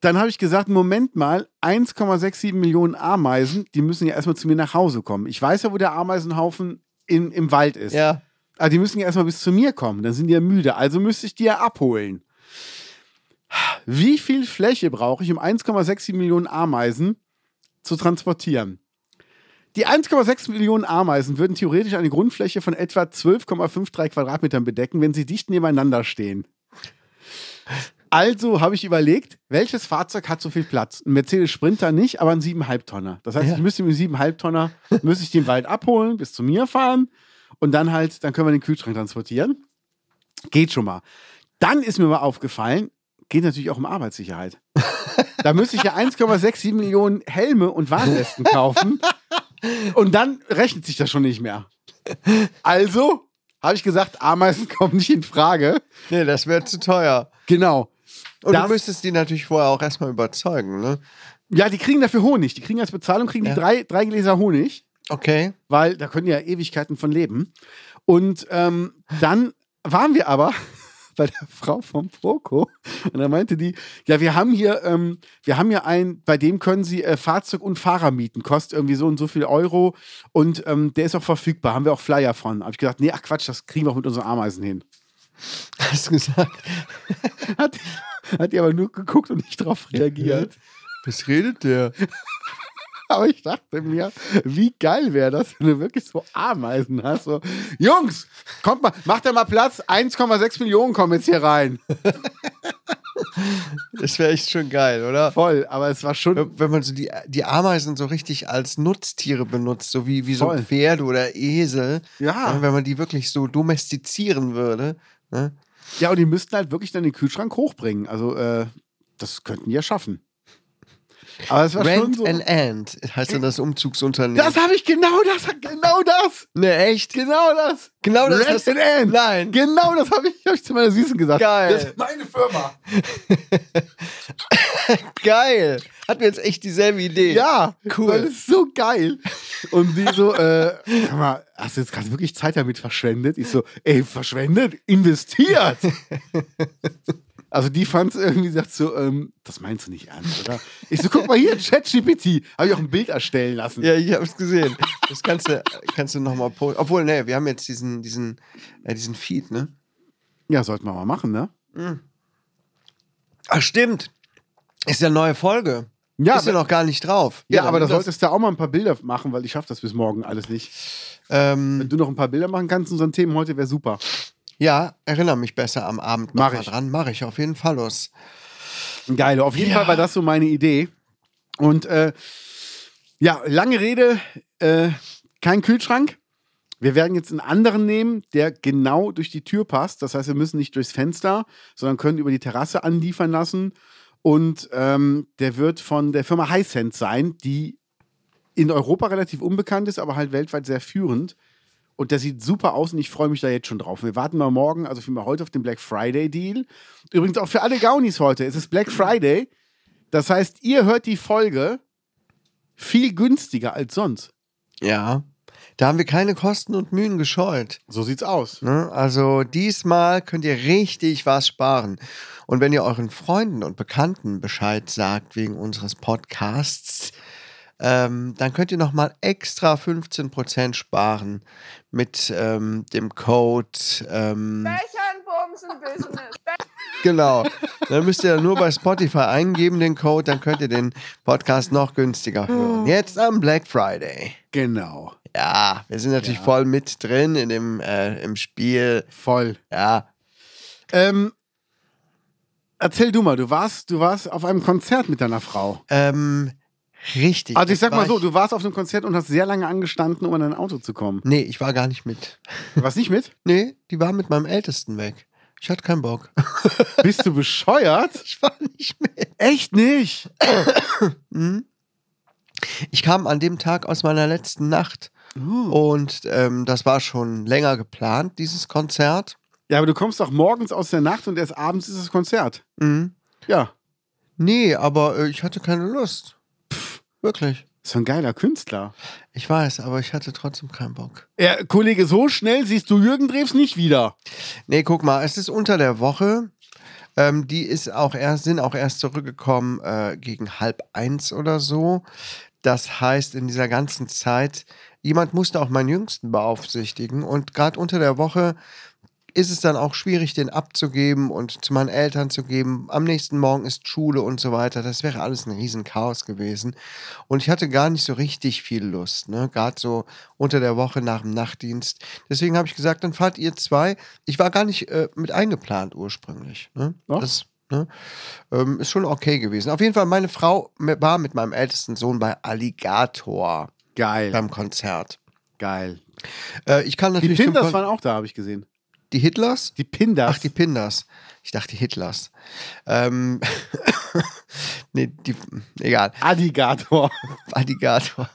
dann habe ich gesagt, Moment mal, 1,67 Millionen Ameisen, die müssen ja erstmal zu mir nach Hause kommen. Ich weiß ja, wo der Ameisenhaufen in, im Wald ist.
Ja.
Aber Ah, die müssen ja erstmal bis zu mir kommen, dann sind die ja müde. Also müsste ich die ja abholen. Wie viel Fläche brauche ich, um 1,67 Millionen Ameisen zu transportieren? Die 1,6 Millionen Ameisen würden theoretisch eine Grundfläche von etwa 12,53 Quadratmetern bedecken, wenn sie dicht nebeneinander stehen. Also habe ich überlegt, welches Fahrzeug hat so viel Platz? Ein Mercedes Sprinter nicht, aber ein 7,5 Tonner. Das heißt,
Ja.
ich müsste mit dem 7,5 Tonner müsste ich den Wald abholen, bis zu mir fahren und dann halt, dann können wir den Kühlschrank transportieren. Geht schon mal. Dann ist mir mal aufgefallen, geht natürlich auch um Arbeitssicherheit. Da müsste ich ja 1,67 Millionen Helme und Warnwesten kaufen. Und dann rechnet sich das schon nicht mehr. Also habe ich gesagt, Ameisen kommen nicht in Frage.
Nee, das wäre zu teuer.
Genau.
Und
Das-
du müsstest die natürlich vorher auch erstmal überzeugen, ne?
Ja, die kriegen dafür Honig. Die kriegen als Bezahlung kriegen
Ja.
die drei, drei Gläser Honig,
Okay.
weil da können die ja Ewigkeiten von leben. Und ähm, dann waren wir aber bei der Frau vom Proko und da meinte die, ja, wir haben hier, ähm, wir haben hier einen, bei dem können Sie äh, Fahrzeug und Fahrer mieten, kostet irgendwie so und so viel Euro und ähm, der ist auch verfügbar, haben wir auch Flyer von. Habe ich gedacht, nee, ach Quatsch, das kriegen wir auch mit unseren Ameisen hin.
Hast du gesagt.
Hat, hat die aber nur geguckt und nicht darauf reagiert.
Was redet der?
Aber ich dachte mir, wie geil wäre das, wenn du wirklich so Ameisen hast. So, Jungs, kommt mal, macht da mal Platz. 1,6 Millionen kommen jetzt hier rein.
Das wäre echt schon geil, oder?
Voll, aber es war schon.
Wenn wenn man so die, die Ameisen so richtig als Nutztiere benutzt, so wie, wie so
Voll.
ein Pferd oder Esel,
Ja.
ne, wenn man die wirklich so domestizieren würde, ne?
Ja, und die müssten halt wirklich dann den Kühlschrank hochbringen. Also, äh, das könnten die ja schaffen. Aber es war schon
Rent
so.
and End heißt dann das Umzugsunternehmen.
Das habe ich genau das, genau das,
ne, echt?
genau das.
Genau das
Rent
hast-
and End.
Nein.
Genau das habe ich, hab ich zu meiner Süßen gesagt.
Geil.
Das ist meine Firma.
Geil. Hatten wir jetzt echt dieselbe Idee.
Ja,
Cool.
Das ist so geil. Und sie so, äh, sag mal, hast du jetzt gerade wirklich Zeit damit verschwendet? Ich so, ey, verschwendet? Investiert! Also die fand es irgendwie, sagt so, ähm, das meinst du nicht ernst, oder? Ich so, guck mal hier, ChatGPT. Habe ich auch ein Bild erstellen lassen.
Ja, ich hab's gesehen. Das kannst du, kannst du nochmal posten. Obwohl, ne, wir haben jetzt diesen, diesen, äh, diesen Feed, ne?
Ja, sollten wir mal machen, ne?
Ach, stimmt. Ist ja eine neue Folge.
Ah, Ja,
Ist ja
aber-
noch gar nicht drauf.
Ja,
dann
aber da
nimm
solltest du auch mal ein paar Bilder machen, weil ich schaffe das bis morgen alles nicht. Wenn
Ähm,
du noch ein paar Bilder machen kannst zu unseren Themen heute, wäre super.
ja, erinnere mich besser am Abend noch
Mach
mal
ich.
dran. Mache ich auf jeden Fall los.
Geil, auf jeden
Ja.
Fall war das so meine Idee. Und äh, ja, lange Rede, äh, kein Kühlschrank. Wir werden jetzt einen anderen nehmen, der genau durch die Tür passt. Das heißt, wir müssen nicht durchs Fenster, sondern können über die Terrasse anliefern lassen. Und ähm, der wird von der Firma Hisense sein, die in Europa relativ unbekannt ist, aber halt weltweit sehr führend. Und der sieht super aus und ich freue mich da jetzt schon drauf. Wir warten mal morgen, also vielmehr heute auf den Black Friday Deal. Übrigens auch für alle Gaunis heute. Es ist Black Friday. Das heißt, ihr hört die Folge viel günstiger als sonst.
Ja. Da haben wir keine Kosten und Mühen gescheut.
So sieht's aus.
Ne? Also diesmal könnt ihr richtig was sparen. Und wenn ihr euren Freunden und Bekannten Bescheid sagt wegen unseres Podcasts, ähm, dann könnt ihr nochmal extra 15% sparen mit ähm, dem Code. Ähm,
Bechern, Bumsen, Business. Be
genau. Dann müsst ihr nur bei Spotify eingeben den Code, dann könnt ihr den Podcast noch günstiger
Oh.
hören. Jetzt am Black Friday.
Genau.
Ja, wir sind natürlich voll mit drin in dem, äh, im Spiel.
Voll.
Ja,
Ähm, erzähl du mal, du warst, du warst auf einem Konzert mit deiner Frau.
Ähm, richtig.
Also ich
Das
sag mal
war
so, du warst auf einem Konzert und hast sehr lange angestanden, um an dein Auto zu kommen.
Nee, ich war gar nicht mit.
Du warst nicht mit?
Nee, die war mit meinem Ältesten weg. Ich hatte keinen Bock.
Bist du bescheuert?
Ich war nicht mit.
Echt nicht.
Mhm. Ich kam an dem Tag aus meiner letzten Nacht.
Uh.
Und ähm, das war schon länger geplant, dieses Konzert.
Ja, aber du kommst doch morgens aus der Nacht und erst abends ist das Konzert.
Mhm.
Ja.
Nee, aber äh, ich hatte keine Lust. Pff, wirklich.
Ist doch ein geiler Künstler.
Ich weiß, aber ich hatte trotzdem keinen Bock.
Ja, Kollege, so schnell siehst du Jürgen Drews nicht wieder.
Nee, guck mal, es ist unter der Woche. Ähm, die ist auch erst, sind auch erst zurückgekommen äh, gegen halb eins oder so. Das heißt, in dieser ganzen Zeit, jemand musste auch meinen Jüngsten beaufsichtigen. Und gerade unter der Woche ist es dann auch schwierig, den abzugeben und zu meinen Eltern zu geben. Am nächsten Morgen ist Schule und so weiter. Das wäre alles ein Riesenchaos gewesen. Und ich hatte gar nicht so richtig viel Lust, ne? Gerade so unter der Woche nach dem Nachtdienst. Deswegen habe ich gesagt, dann fahrt ihr zwei. Ich war gar nicht äh, mit eingeplant ursprünglich. Ne?
Ja.
Das ne? ähm, ist schon okay gewesen. Auf jeden Fall, meine Frau war mit meinem ältesten Sohn bei Alligator
Geil,
beim Konzert.
geil.
Äh, ich kann
Die
natürlich zum
Pinders
Kon-
waren auch da, habe ich gesehen.
die Hitlers.
Die Pinders.
Ach, die Pinders. Ich dachte, die Hitlers. Ähm, nee, die, egal.
Alligator,
Alligator.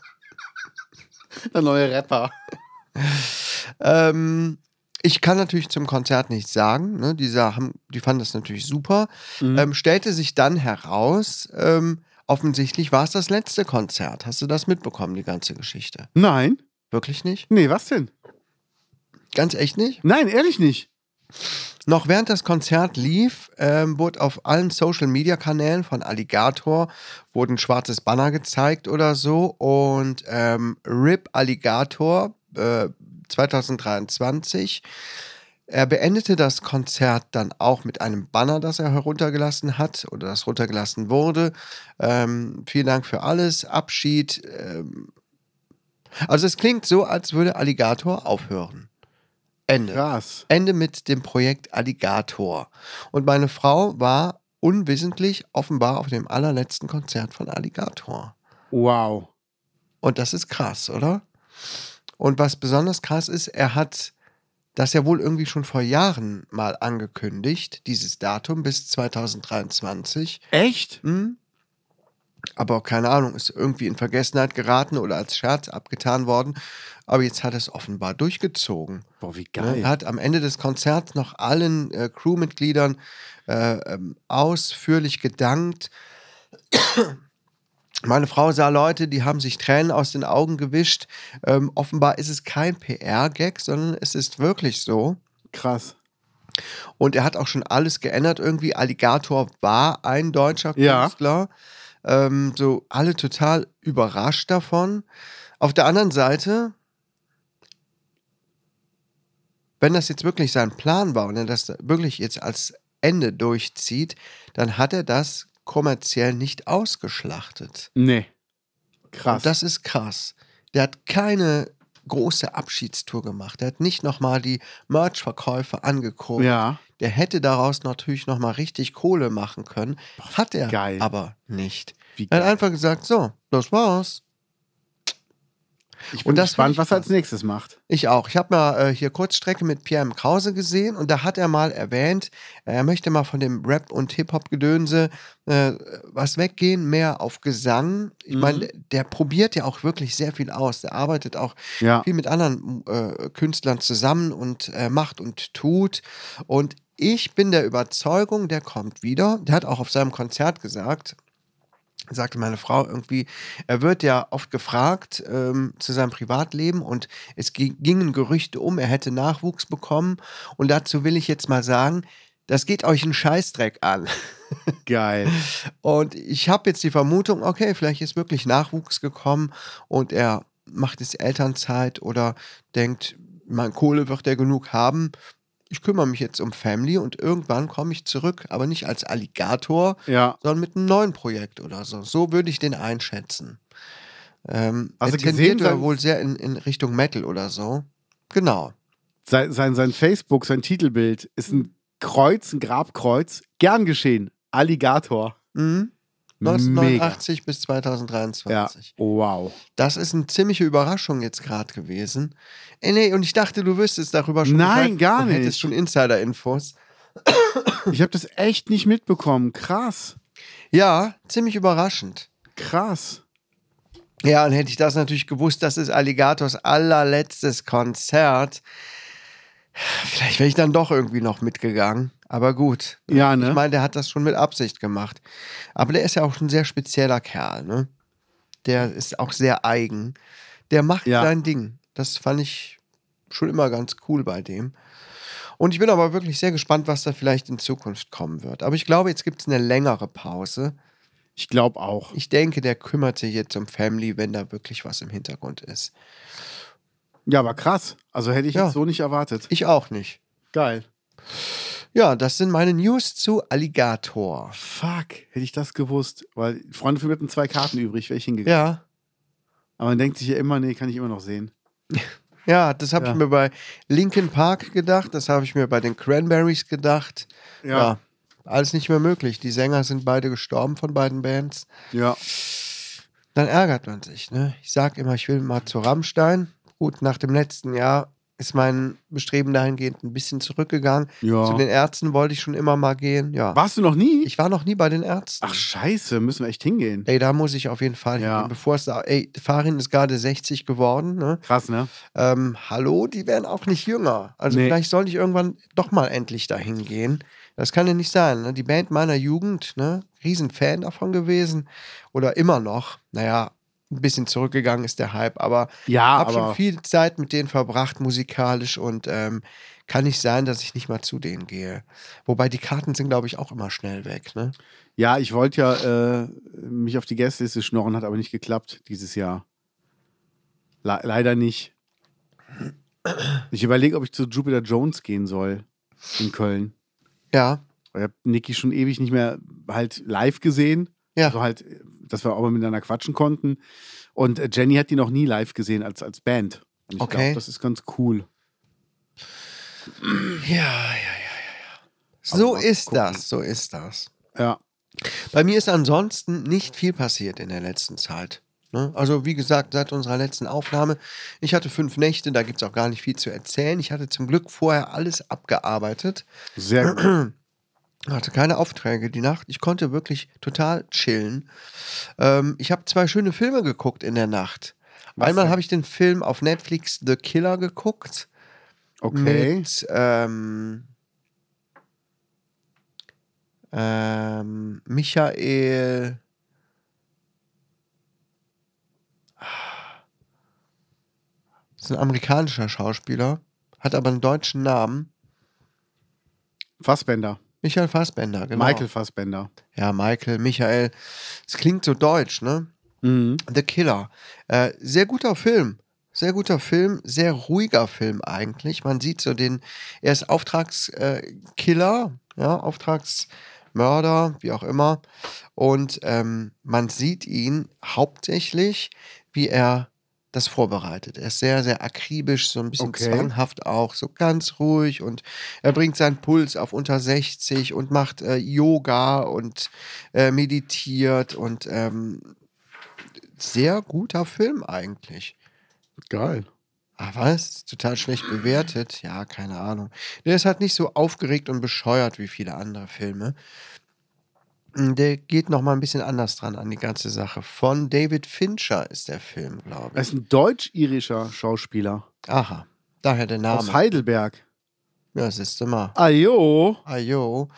der neue Rapper.
Ähm, ich kann natürlich zum Konzert nichts sagen. Ne? Die, sah- haben, die fanden das natürlich super.
Mhm.
Ähm, stellte sich dann heraus, ähm, offensichtlich war es das letzte Konzert. Hast du das mitbekommen, die ganze Geschichte?
Nein,
Wirklich nicht?
nee, was denn?
Ganz echt nicht?
Nein, ehrlich nicht.
Noch während das Konzert lief, ähm, wurde auf allen Social-Media-Kanälen von Alligator wurde ein schwarzes Banner gezeigt oder so und ähm, RIP Alligator äh, 2023. Er beendete das Konzert dann auch mit einem Banner, das er heruntergelassen hat oder das runtergelassen wurde. Ähm, vielen Dank für alles, Abschied. Ähm, also es klingt so, als würde Alligator aufhören. Ende.
Krass.
Ende mit dem Projekt Alligator. Und meine Frau war unwissentlich offenbar auf dem allerletzten Konzert von Alligator.
Wow.
Und das ist krass, oder? Und was besonders krass ist, er hat das ja wohl irgendwie schon vor Jahren mal angekündigt, dieses Datum bis 2023.
Echt?
Hm? Aber keine Ahnung, ist irgendwie in Vergessenheit geraten oder als Scherz abgetan worden. Aber jetzt hat er es offenbar durchgezogen.
Boah, wie
Ne? Er hat am Ende des Konzerts noch allen äh, Crewmitgliedern äh, ähm, ausführlich gedankt. Meine Frau sah Leute, die haben sich Tränen aus den Augen gewischt. Ähm, offenbar ist es kein PR-Gag, sondern es ist wirklich so.
Krass.
Und er hat auch schon alles geändert irgendwie. Alligator war ein deutscher
Ja.
Künstler. Ähm, so alle total überrascht davon. Auf der anderen Seite, wenn das jetzt wirklich sein Plan war und er das wirklich jetzt als Ende durchzieht, dann hat er das kommerziell nicht ausgeschlachtet.
Nee.
Und
Krass.
das ist krass. Der hat keine große Abschiedstour gemacht. Der hat nicht nochmal die Merch-Verkäufe angeguckt
ja.
der hätte daraus natürlich nochmal richtig Kohle machen können. Hat er
geil.
aber nicht.
Wie
Er
geil.
hat einfach gesagt, so, das war's.
Ich bin
und das
gespannt,
find ich
was er als
krass.
nächstes macht.
Ich auch. Ich habe mal äh, hier Kurzstrecke mit Pierre M. Krause gesehen und da hat er mal erwähnt, er möchte mal von dem Rap- und Hip-Hop-Gedönse äh, was weggehen, mehr auf Gesang. Ich
Mhm.
meine, der probiert ja auch wirklich sehr viel aus. Der arbeitet auch
Ja.
viel mit anderen äh, Künstlern zusammen und äh, macht und tut. Und ich bin der Überzeugung, der kommt wieder. Der hat auch auf seinem Konzert gesagt, sagte meine Frau irgendwie, er wird ja oft gefragt ähm, zu seinem Privatleben und es gi- gingen Gerüchte um, er hätte Nachwuchs bekommen. Und dazu will ich jetzt mal sagen, das geht euch einen Scheißdreck an.
Geil.
Und ich habe jetzt die Vermutung, okay, vielleicht ist wirklich Nachwuchs gekommen und er macht jetzt Elternzeit oder denkt, mein Kohle wird er genug haben. Ich kümmere mich jetzt um Family und irgendwann komme ich zurück, aber nicht als Alligator,
Ja.
sondern mit einem neuen Projekt oder so. So würde ich den einschätzen. Ähm,
Also
er tendiert
gesehen sein-
ja wohl sehr in, in Richtung Metal oder so. Genau.
Sein, sein, sein Facebook, sein Titelbild ist ein Kreuz, ein Grabkreuz. Gern geschehen. Alligator.
Mhm.
Mega.
1989 bis 2023.
Ja. Wow.
Das ist eine ziemliche Überraschung jetzt gerade gewesen. Ey, nee, und ich dachte, du wüsstest darüber schon.
Nein,
Bescheid
gar
und
nicht.
Hättest schon Insider-Infos.
Ich habe das echt nicht mitbekommen. Krass.
Ja, ziemlich überraschend.
Krass.
Ja, und hätte ich das natürlich gewusst, das ist Alligators allerletztes Konzert. Vielleicht wäre ich dann doch irgendwie noch mitgegangen. Aber gut.
Ja, ne?
Ich meine, der hat das schon mit Absicht gemacht. Aber der ist ja auch ein sehr spezieller Kerl, ne? Der ist auch sehr eigen. Der macht
Ja.
sein Ding. Das fand ich schon immer ganz cool bei dem. Und ich bin aber wirklich sehr gespannt, was da vielleicht in Zukunft kommen wird. Aber ich glaube, jetzt gibt es eine längere Pause.
Ich glaube auch.
Ich denke, der kümmert sich jetzt um Family, wenn da wirklich was im Hintergrund ist.
Ja, aber krass. Also hätte ich
Ja.
jetzt so nicht erwartet.
Ich auch nicht.
Geil.
Ja, das sind meine News zu Alligator.
Fuck, hätte ich das gewusst. Weil Freunde von mir hatten zwei Karten übrig, wäre ich hingegangen.
Ja,
Aber man denkt sich ja immer, nee, kann ich immer noch sehen.
ja, das habe
Ja.
ich mir bei Linkin Park gedacht, das habe ich mir bei den Cranberries gedacht. Ja. alles nicht mehr möglich. Die Sänger sind beide gestorben von beiden Bands.
Ja.
Dann ärgert man sich. Ne? Ich sage immer, ich will mal zu Rammstein. Gut, nach dem letzten Jahr ist mein Bestreben dahingehend ein bisschen zurückgegangen.
Ja.
Zu den Ärzten wollte ich schon immer mal gehen. Ja,
Warst du noch nie?
ich war noch nie bei den Ärzten.
Ach, scheiße, müssen wir echt hingehen.
Ey, da muss ich auf jeden Fall
Ja.
hin. Bevor es da. Ey, Farin ist gerade 60 geworden. Ne?
Krass, ne?
Ähm, hallo, die werden auch nicht jünger. Also
Nee.
vielleicht sollte ich irgendwann doch mal endlich dahin gehen. Das kann ja nicht sein. Ne? Die Band meiner Jugend, ne? Riesenfan davon gewesen. Oder immer noch. Naja, ein bisschen zurückgegangen ist der Hype, aber
Ja,
habe schon
Ah, aber
viel Zeit mit denen verbracht, musikalisch und ähm, kann nicht sein, dass ich nicht mal zu denen gehe. Wobei die Karten sind, glaube ich, auch immer schnell weg. Ne?
ja, ich wollte ja äh, mich auf die Gästeliste schnorren, hat aber nicht geklappt dieses Jahr. Le leider nicht. Ich überlege, ob ich zu Jupiter Jones gehen soll in Köln.
Ja,
Ich habe Niki schon ewig nicht mehr halt live gesehen.
ja.
Also halt, dass wir auch mal miteinander quatschen konnten. Und äh, Jenny hat die noch nie live gesehen als, als Band. Und ich
Okay.
glaube, das ist ganz cool.
Ja, ja, ja, ja, ja. So
mal
ist
gucken.
das, so ist das.
Ja.
Bei mir ist ansonsten nicht viel passiert in der letzten Zeit. Ne? Also wie gesagt, seit unserer letzten Aufnahme, ich hatte fünf Nächte, da gibt es auch gar nicht viel zu erzählen. Ich hatte zum Glück vorher alles abgearbeitet,
Sehr gut.
hatte keine Aufträge die Nacht. Ich konnte wirklich total chillen. Ähm, ich habe zwei schöne Filme geguckt in der Nacht.
Was
Einmal
denn?
habe ich den Film auf Netflix The Killer geguckt.
Okay.
Mit, ähm, ähm, Michael. Ist ein amerikanischer Schauspieler, hat aber einen deutschen Namen.
Fassbender.
Michael Fassbender, genau.
Michael Fassbender.
Ja, Michael, Michael. Es klingt so deutsch, ne?
Mhm.
The Killer. Äh, sehr guter Film. Sehr guter Film, sehr ruhiger Film eigentlich. Man sieht so den, er ist Auftragskiller, äh, Killer, ja, Auftragsmörder, wie auch immer. Und ähm, man sieht ihn hauptsächlich, wie er das vorbereitet. Er ist sehr, sehr akribisch, so ein bisschen
Okay.
zwanghaft auch, so ganz ruhig und er bringt seinen Puls auf unter 60 und macht äh, Yoga und äh, meditiert und ähm, sehr guter Film eigentlich.
Geil.
Aber es ist total schlecht bewertet. Ja, keine Ahnung. Der ist halt nicht so aufgeregt und bescheuert wie viele andere Filme. Hm, Der geht nochmal ein bisschen anders dran an die ganze Sache. Von David Fincher ist der Film, glaube
Er
ich.
ist ein deutsch-irischer Schauspieler
Aha, daher der
aus
Name.
Heidelberg.
Ja, siehst du mal.
Ajo.
Ajo.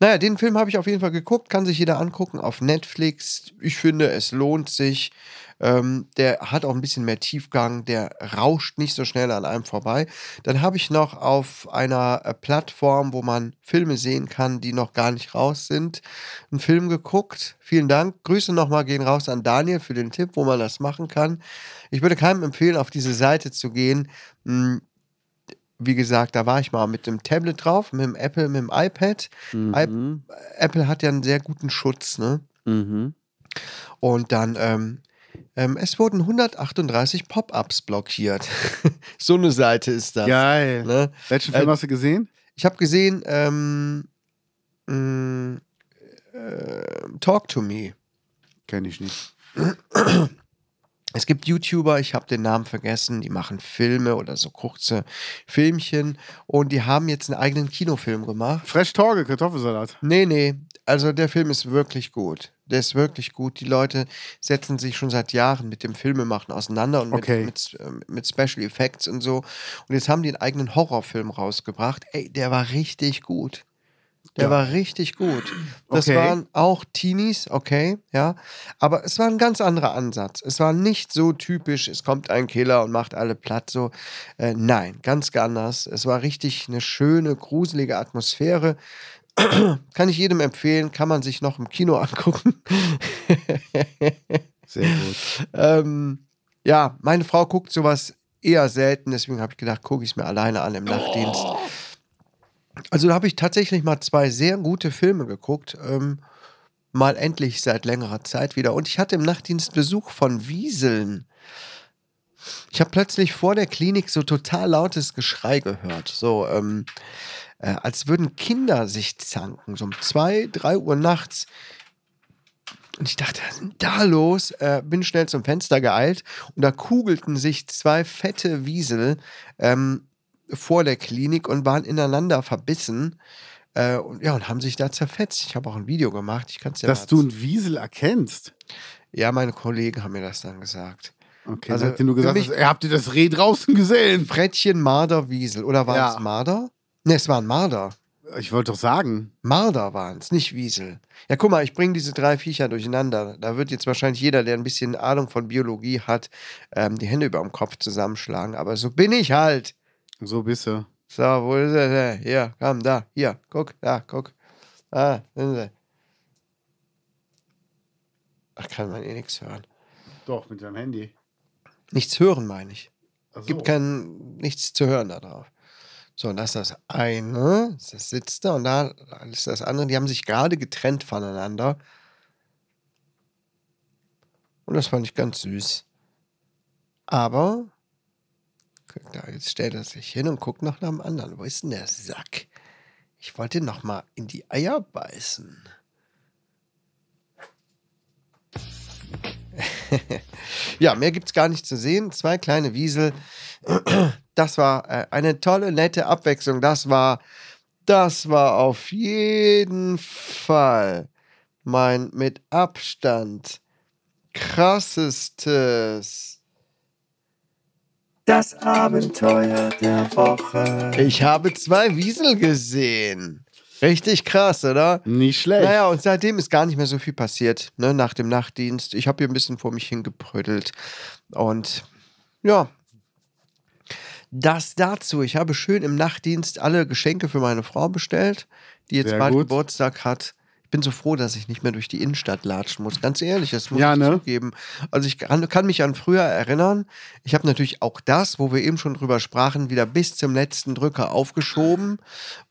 Naja, den Film habe ich auf jeden Fall geguckt, kann sich jeder angucken auf Netflix. Ich finde, es lohnt sich. Ähm, der hat auch ein bisschen mehr Tiefgang, der rauscht nicht so schnell an einem vorbei. Dann habe ich noch auf einer äh, Plattform, wo man Filme sehen kann, die noch gar nicht raus sind, einen Film geguckt. Vielen Dank. Grüße nochmal gehen raus an Daniel für den Tipp, wo man das machen kann. Ich würde keinem empfehlen, auf diese Seite zu gehen. Mm, Wie gesagt, da war ich mal mit dem Tablet drauf, mit dem Apple, mit dem iPad.
Mhm.
Apple hat ja einen sehr guten Schutz, ne?
Mhm.
Und dann, ähm, ähm, es wurden 138 Pop-ups blockiert. so eine Seite ist das.
Geil.
Ne?
Welchen Film
Äh,
hast du gesehen?
Ich habe gesehen, ähm, mh, äh, Talk to Me.
Kenne ich nicht.
Es gibt YouTuber, ich habe den Namen vergessen, die machen Filme oder so kurze Filmchen und die haben jetzt einen eigenen Kinofilm gemacht.
Fresh Torge, Kartoffelsalat.
Nee, nee. Also der Film ist wirklich gut. Der ist wirklich gut. Die Leute setzen sich schon seit Jahren mit dem Filmemachen auseinander und
Okay.
mit, mit, ähm, mit Special Effects und so. Und jetzt haben die einen eigenen Horrorfilm rausgebracht. Ey, der war richtig gut. Der
Ja.
war richtig gut. Das
Okay.
waren auch Teenies, okay, ja. Aber es war ein ganz anderer Ansatz. Es war nicht so typisch, es kommt ein Killer und macht alle platt so. Äh, nein, ganz anders. Es war richtig eine schöne, gruselige Atmosphäre. Kann ich jedem empfehlen, kann man sich noch im Kino angucken.
Sehr gut.
ähm, ja, meine Frau guckt sowas eher selten, deswegen habe ich gedacht, gucke ich es mir alleine an im Nachtdienst. Also da habe ich tatsächlich mal zwei sehr gute Filme geguckt. Ähm, mal endlich seit längerer Zeit wieder. Und ich hatte im Nachtdienst Besuch von Wieseln. Ich habe plötzlich vor der Klinik so total lautes Geschrei gehört. So, ähm, äh, als würden Kinder sich zanken. So um zwei, drei Uhr nachts. Und ich dachte, was ist denn da los? Äh, bin schnell zum Fenster geeilt und da kugelten sich zwei fette Wiesel ähm, vor der Klinik und waren ineinander verbissen. Äh, und, ja, und haben sich da zerfetzt. Ich habe auch ein Video gemacht. Ich kann es dir
Dass
mal-
du einen Wiesel erkennst.
Ja, meine Kollegen haben mir das dann gesagt.
Okay, also,
Also,
nachdem du
für
gesagt
mich-
hast, ey, habt ihr das Reh draußen gesehen?
Frettchen, Marder, Wiesel. Oder waren
Ja.
es Marder? Ne, es waren Marder.
Ich wollte doch sagen.
Marder waren es, nicht Wiesel. Ja, guck mal, ich bringe diese drei Viecher durcheinander. Da wird jetzt wahrscheinlich jeder, der ein bisschen Ahnung von Biologie hat, ähm, die Hände über dem Kopf zusammenschlagen. Aber so bin ich halt.
So bist du.
So, wo ist er? Hier, komm, da, hier, guck, da, guck. Ah, sind sie. Ach, kann man eh nichts hören.
Doch, mit deinem Handy.
Nichts hören, meine ich.
Ach so.
Gibt kein, nichts zu hören da drauf. So, und das ist das eine, das sitzt da und da ist das andere. Die haben sich gerade getrennt voneinander. Und das fand ich ganz süß. Aber, guck da, jetzt stellt er sich hin und guckt noch nach dem anderen. Wo ist denn der Sack? Ich wollte noch mal in die Eier beißen. ja, mehr gibt's gar nicht zu sehen. Zwei kleine Wiesel. Das war äh, eine tolle, nette Abwechslung. Das war, das war auf jeden Fall mein mit Abstand krassestes.
Das Abenteuer der Woche.
Ich habe zwei Wiesel gesehen. Richtig krass, oder?
Nicht schlecht.
Naja, und seitdem ist gar nicht mehr so viel passiert, ne? Nach dem Nachtdienst. Ich habe hier ein bisschen vor mich hingeprödelt. Und ja. Das dazu. Ich habe schön im Nachtdienst alle Geschenke für meine Frau bestellt, die jetzt
Sehr
bald
gut.
Geburtstag hat. Ich bin so froh, dass ich nicht mehr durch die Innenstadt latschen muss. Ganz ehrlich, das muss
Ja,
ich
ne?
zugeben. Also ich kann, kann mich an früher erinnern. Ich habe natürlich auch das, wo wir eben schon drüber sprachen, wieder bis zum letzten Drücker aufgeschoben,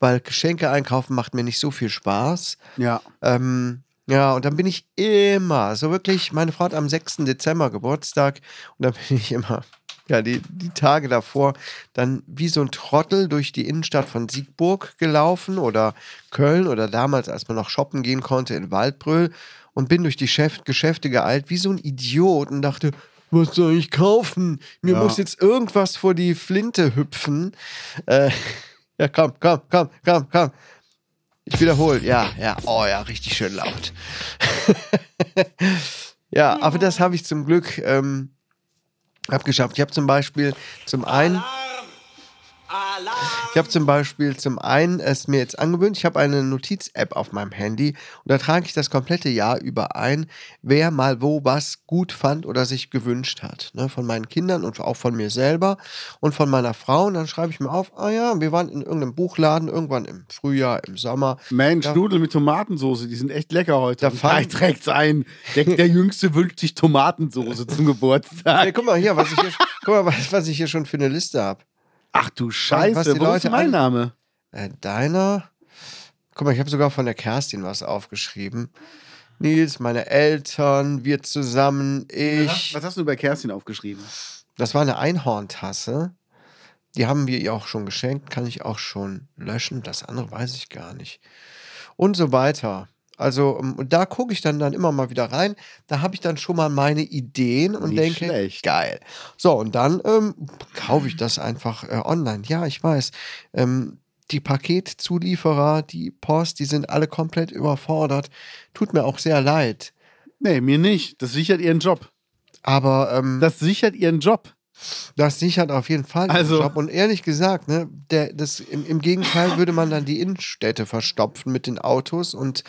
weil Geschenke einkaufen macht mir nicht so viel Spaß.
Ja.
Ähm, ja, und dann bin ich immer, so wirklich, meine Frau hat am 6. Dezember Geburtstag und dann bin ich immer, ja, die, die Tage davor, dann wie so ein Trottel durch die Innenstadt von Siegburg gelaufen oder Köln oder damals, als man noch shoppen gehen konnte in Waldbröl und bin durch die Chef Geschäfte geeilt wie so ein Idiot und dachte, was soll ich kaufen? Mir
Ja.
muss jetzt irgendwas vor die Flinte hüpfen. Äh, ja, komm, komm, komm, komm, komm. Ich wiederhole, ja, ja, oh ja, richtig schön laut. ja, aber das habe ich zum Glück ähm, abgeschafft. Ich habe zum Beispiel zum einen. Ich habe zum Beispiel zum einen es mir jetzt angewöhnt, ich habe eine Notiz-App auf meinem Handy und da trage ich das komplette Jahr über ein, wer mal wo was gut fand oder sich gewünscht hat. Ne, von meinen Kindern und auch von mir selber und von meiner Frau. Und dann schreibe ich mir auf, ah ja, wir waren in irgendeinem Buchladen irgendwann im Frühjahr, im Sommer.
Mensch,
Da-
Nudeln mit Tomatensoße, die sind echt lecker heute.
Da
Und
fang-
Da trägt's ein. Der, der Jüngste wünscht sich Tomatensoße zum
Ey,
Geburtstag.
guck mal hier, was ich hier, guck mal, was, was ich hier schon für eine Liste habe.
Ach du Scheiße,
was
was
die
wo
Leute
ist mein
an-
Name?
Äh, deiner? Guck mal, ich habe sogar von der Kerstin was aufgeschrieben. Nils, meine Eltern, wir zusammen, ich.
Was hast du bei Kerstin aufgeschrieben?
Das war eine Einhorntasse. Die haben wir ihr auch schon geschenkt, kann ich auch schon löschen. Das andere weiß ich gar nicht. Und so weiter. Also, ähm, und da gucke ich dann, dann immer mal wieder rein. Da habe ich dann schon mal meine Ideen und
Nicht
denke,
schlecht.
geil. So, und dann ähm, kaufe ich das einfach äh, online. Ja, ich weiß. Ähm, die Paketzulieferer, die Post, die sind alle komplett überfordert. Tut mir auch sehr leid.
Nee, mir nicht. Das sichert ihren Job.
Aber ähm,
Das sichert ihren Job.
Das sichert auf jeden Fall den
Also-
Job. Und ehrlich gesagt, ne, der, das, im, im Gegenteil würde man dann die Innenstädte verstopfen mit den Autos und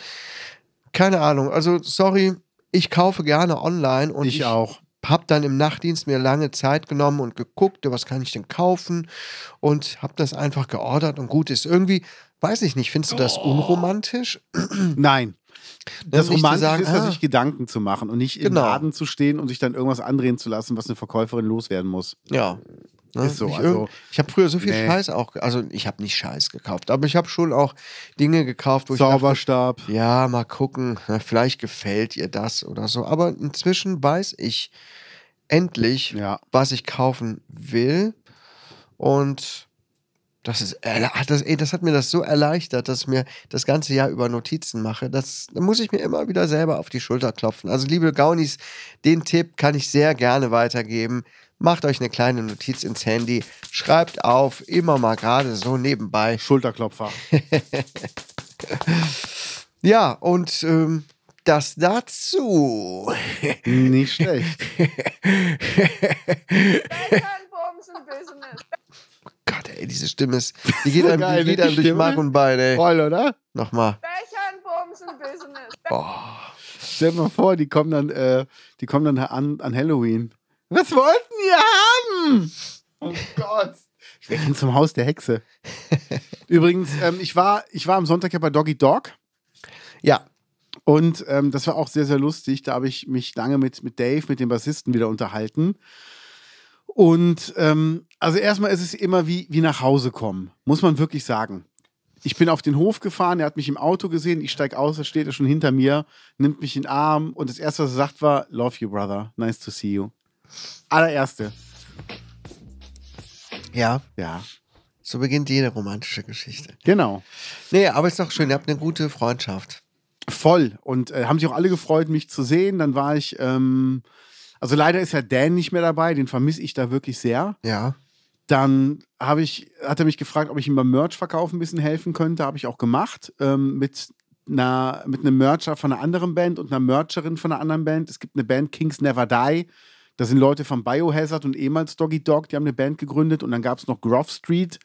keine Ahnung. Also, sorry, ich kaufe gerne online und ich,
ich auch.
habe dann im Nachtdienst mir lange Zeit genommen und geguckt, was kann ich denn kaufen und habe das einfach geordert und gut ist. Irgendwie, weiß ich nicht, findest du das
Oh.
unromantisch?
Nein. Das
nicht zu
Romantische
sagen,
ist, ja,
ah.
sich Gedanken zu machen und nicht im
Genau.
Laden zu stehen und sich dann irgendwas andrehen zu lassen, was eine Verkäuferin loswerden muss.
Ja. Ne?
Ist so,
ich
also-
irgend- ich habe früher so viel
Nee.
Scheiß auch, also ich habe nicht Scheiß gekauft, aber ich habe schon auch Dinge gekauft, wo ich dachte,
Zauberstab.
Ja, mal gucken. Na, Vielleicht gefällt ihr das oder so. Aber inzwischen weiß ich endlich,
Ja.
was ich kaufen will. Und das ist erle- ah, das, ey, das hat mir das so erleichtert, dass ich mir das ganze Jahr über Notizen mache. Das da muss ich mir immer wieder selber auf die Schulter klopfen. Also, liebe Gaunis, den Tipp kann ich sehr gerne weitergeben. Macht euch eine kleine Notiz ins Handy, schreibt auf, immer mal gerade so nebenbei.
Schulterklopfer.
Ja, und ähm, das dazu.
Nicht schlecht.
Bechernbumsen-Business.
Gott, ey, diese Stimme ist. Die geht einem,
Geil,
die geht
ne?
einem
Die
durch
Stimme.
Mark und Bein, ey.
Voll, oder?
Nochmal.
Bechernbumsen-Business.
Stell dir mal vor, die kommen dann, äh, die kommen dann an, an Halloween. Was wollten ihr haben? Oh Gott. Ich werde hin zum Haus der Hexe. Übrigens, ähm, ich, war, ich war am Sonntag ja bei Doggy Dog
Ja.
und ähm, das war auch sehr, sehr lustig. Da habe ich mich lange mit, mit Dave, mit dem Bassisten, wieder unterhalten. Und ähm, also erstmal ist es immer wie, wie nach Hause kommen, muss man wirklich sagen. Ich bin auf den Hof gefahren, er hat mich im Auto gesehen, ich steige aus, da steht er schon hinter mir, nimmt mich in den Arm und das Erste, was er sagt, war, Love you, brother, nice to see you. Allererste.
Ja.
Ja,
So beginnt jede romantische Geschichte.
genau.
Nee, aber ist doch schön. Ihr habt eine gute Freundschaft.
Voll. Und äh, haben sich auch alle gefreut, mich zu sehen. Dann war ich ähm, Also leider ist ja Dan nicht mehr dabei, den vermisse ich da wirklich sehr.
Ja.
Dann habe ich, hat er mich gefragt, ob ich ihm beim Merch-Verkauf ein bisschen helfen könnte. Habe ich auch gemacht. Ähm, mit, einer, mit einem Mercher von einer anderen Band und einer Mercherin von einer anderen Band. Es gibt eine Band Kings Never Die. Da sind Leute von Biohazard und ehemals Doggy Dog, die haben eine Band gegründet. Und dann gab es noch Grove Street.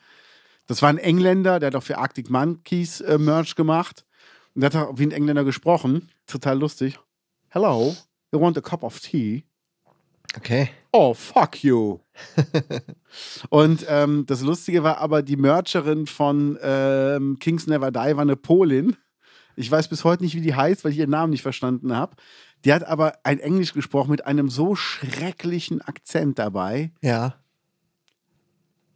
Das war ein Engländer, der hat auch für Arctic Monkeys äh, Merch gemacht. Und der hat auch wie ein Engländer gesprochen. Total lustig. Hello, you want a cup of tea?
Okay.
Oh, fuck you. und ähm, das Lustige war aber, die Mercherin von ähm, Kings Never Die war eine Polin. Ich weiß bis heute nicht, wie die heißt, weil ich ihren Namen nicht verstanden habe. Die hat aber ein Englisch gesprochen mit einem so schrecklichen Akzent dabei.
Ja.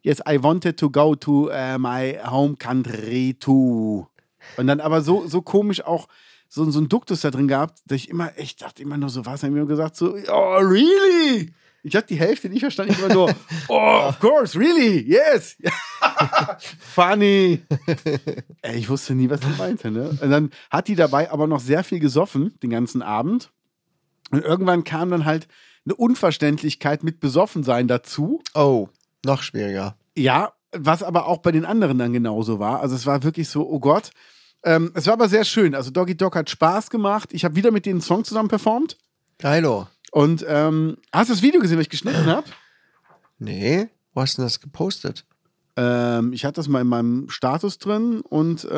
Yes, I wanted to go to äh, my home country too. Und dann aber so, so komisch auch so, so ein Duktus da drin gehabt, dass ich immer, ich dachte immer nur so, was? Haben mir gesagt, so, oh, really? Ich habe die Hälfte nicht verstanden. Ich war nur, oh, of course, really, yes. Funny. Ey, ich wusste nie, was er meinte. Ne? Und dann hat die dabei aber noch sehr viel gesoffen, den ganzen Abend. Und irgendwann kam dann halt eine Unverständlichkeit mit Besoffensein dazu.
Oh, noch schwieriger.
Ja, was aber auch bei den anderen dann genauso war. Also es war wirklich so, oh Gott. Ähm, es war aber sehr schön. Also Doggy Dog hat Spaß gemacht. Ich habe wieder mit denen einen Song zusammen performt.
Geilo.
Und ähm, hast du das Video gesehen, was ich geschnitten habe?
Nee, wo hast du denn das gepostet?
Ähm, ich hatte das mal in meinem Status drin und äh,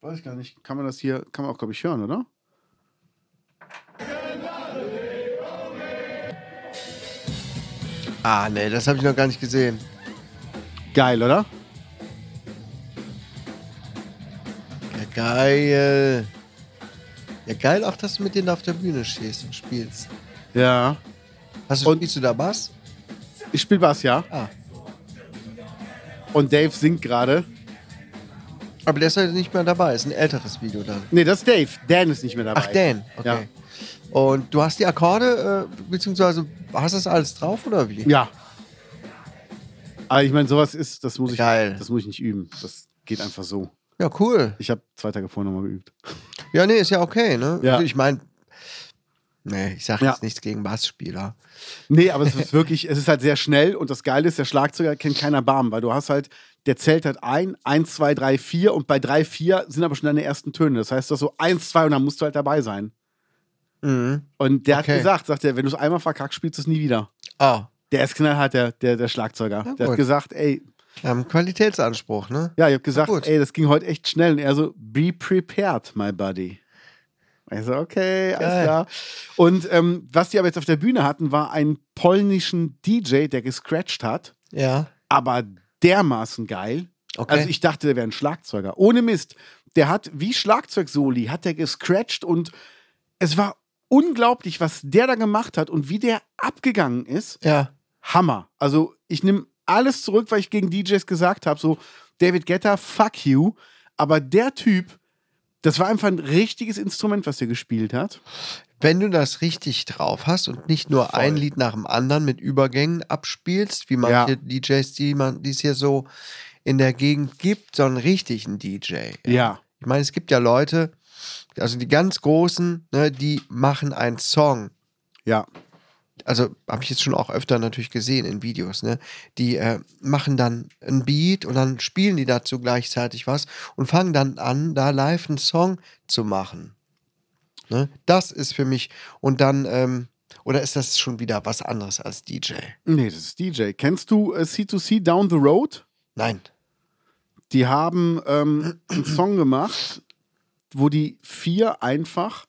weiß ich gar nicht, kann man das hier, kann man auch, glaube ich, hören, oder?
Ah, nee, das habe ich noch gar nicht gesehen.
Geil, oder?
Ja, geil. Ja, geil auch, dass du mit denen auf der Bühne stehst und spielst.
Ja.
Hast du,
Und-
spielst du da Bass?
Ich spiele Bass, ja.
Ah.
Und Dave singt gerade.
Aber der ist heute nicht mehr dabei. Ist ein älteres Video dann.
Nee, das ist Dave. Dan ist nicht mehr dabei.
Ach, Dan. Okay. Und du hast die Akkorde, äh, beziehungsweise hast das alles drauf oder wie?
Ja. Aber ich meine, sowas ist, das muss ich,
Geil.
das muss ich nicht üben. Das geht einfach so.
Ja, cool.
Ich habe zwei Tage vorher nochmal geübt.
Ja, nee, ist ja okay, ne?
Ja.
Ich meine, nee, ich sag
Ja.
jetzt nichts gegen Bassspieler.
Nee, aber es ist wirklich, es ist halt sehr schnell und das Geile ist, der Schlagzeuger kennt keiner Barm, weil du hast halt, der zählt halt ein, eins, zwei, drei, vier und bei drei, vier sind aber schon deine ersten Töne. Das heißt, das so eins, zwei und dann musst du halt dabei sein.
Mhm.
Und der
Okay.
hat gesagt, sagt er, wenn du es einmal verkackst, spielst du es nie wieder.
Ah,
Der ist knallhart, der, der, der Schlagzeuger.
Na
der
gut.
hat gesagt, ey,
ähm, Qualitätsanspruch, ne?
ja, ich habe gesagt,
gut.
ey, das ging heute echt schnell. Und er so, be prepared, my buddy. Ich so, okay, alles
Geil.
klar. Und ähm, was die aber jetzt auf der Bühne hatten, war einen polnischen DJ, der gescratcht hat.
Ja.
aber dermaßen geil.
Okay.
Also ich dachte, der wäre ein Schlagzeuger. Ohne Mist. Der hat wie Schlagzeugsoli hat der gescratcht und es war unglaublich, was der da gemacht hat und wie der abgegangen ist.
Ja.
Hammer. Also ich nehme alles zurück, was ich gegen DJs gesagt habe. So David Guetta, fuck you. Aber der Typ, das war einfach ein richtiges Instrument, was der gespielt hat.
Wenn du das richtig drauf hast und nicht nur ein Lied nach dem anderen mit Übergängen abspielst, wie manche
Ja.
DJs, die man, die es hier so in der Gegend gibt, sondern richtig einen DJ.
Ja.
Ich meine, es gibt ja Leute, also die ganz Großen, ne, die machen einen Song.
Ja.
Also habe ich jetzt schon auch öfter natürlich gesehen in Videos, ne? Die äh, machen dann ein Beat und dann spielen die dazu gleichzeitig was und fangen dann an, da live einen Song zu machen. Ne? Das ist für mich. Und dann, ähm, oder ist das schon wieder was anderes als DJ?
Nee, das ist DJ. Kennst du äh, C2C Down the Road?
Nein.
Die haben ähm, einen Song gemacht, wo die vier einfach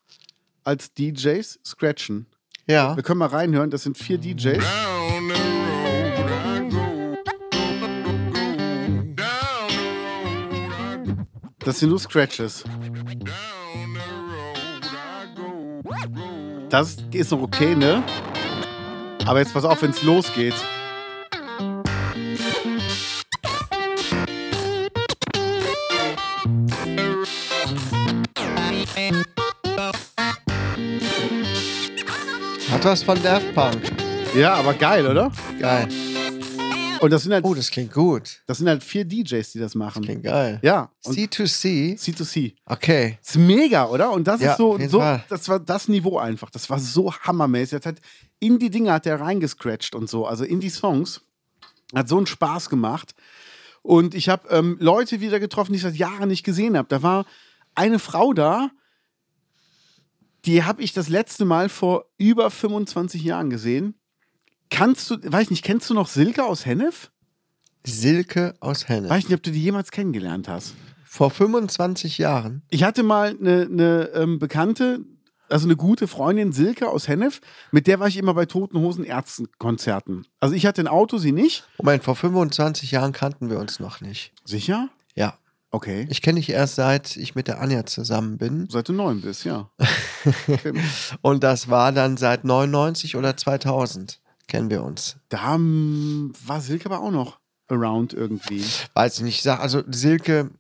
als DJs scratchen.
Ja.
Wir können mal reinhören, das sind vier DJs. Das sind nur Scratches. Das ist noch okay, ne? Aber jetzt pass auf, wenn's losgeht.
Hat was von Daft Punk.
Ja, aber geil, oder?
Geil.
Und das sind halt,
Oh, das klingt gut.
das sind halt vier DJs, die das machen.
Klingt geil.
ja. Und
C2C.
C2C.
Okay.
Ist mega, oder? Und das
Ja,
ist so,
auf jeden
so
Fall.
das war das Niveau einfach. Das war so hammermäßig. Das hat in die Dinge hat er reingescratcht und so, also in die Songs. Hat so einen Spaß gemacht. Und ich habe ähm, Leute wieder getroffen, die ich seit Jahren nicht gesehen habe. Da war eine Frau da, die habe ich das letzte Mal vor über 25 Jahren gesehen. Kannst du, weiß nicht, kennst du noch Silke aus Hennef?
Silke aus Henne.
Weiß nicht, ob du die jemals kennengelernt hast.
Vor 25 Jahren.
Ich hatte mal eine, eine ähm, Bekannte, also eine gute Freundin, Silke aus Hennef, mit der war ich immer bei Toten Hosen Ärztenkonzerten. Also ich hatte ein Auto, sie nicht.
Moment, oh vor 25 Jahren kannten wir uns noch nicht.
Sicher?
Ja.
Okay.
Ich kenne dich erst seit ich mit der Anja zusammen bin.
Seit du neun bist, ja.
Und das war dann seit 99 oder 2000 kennen wir uns.
Da ähm, war Silke aber auch noch around irgendwie.
Weiß ich nicht, ich sag, also Silke,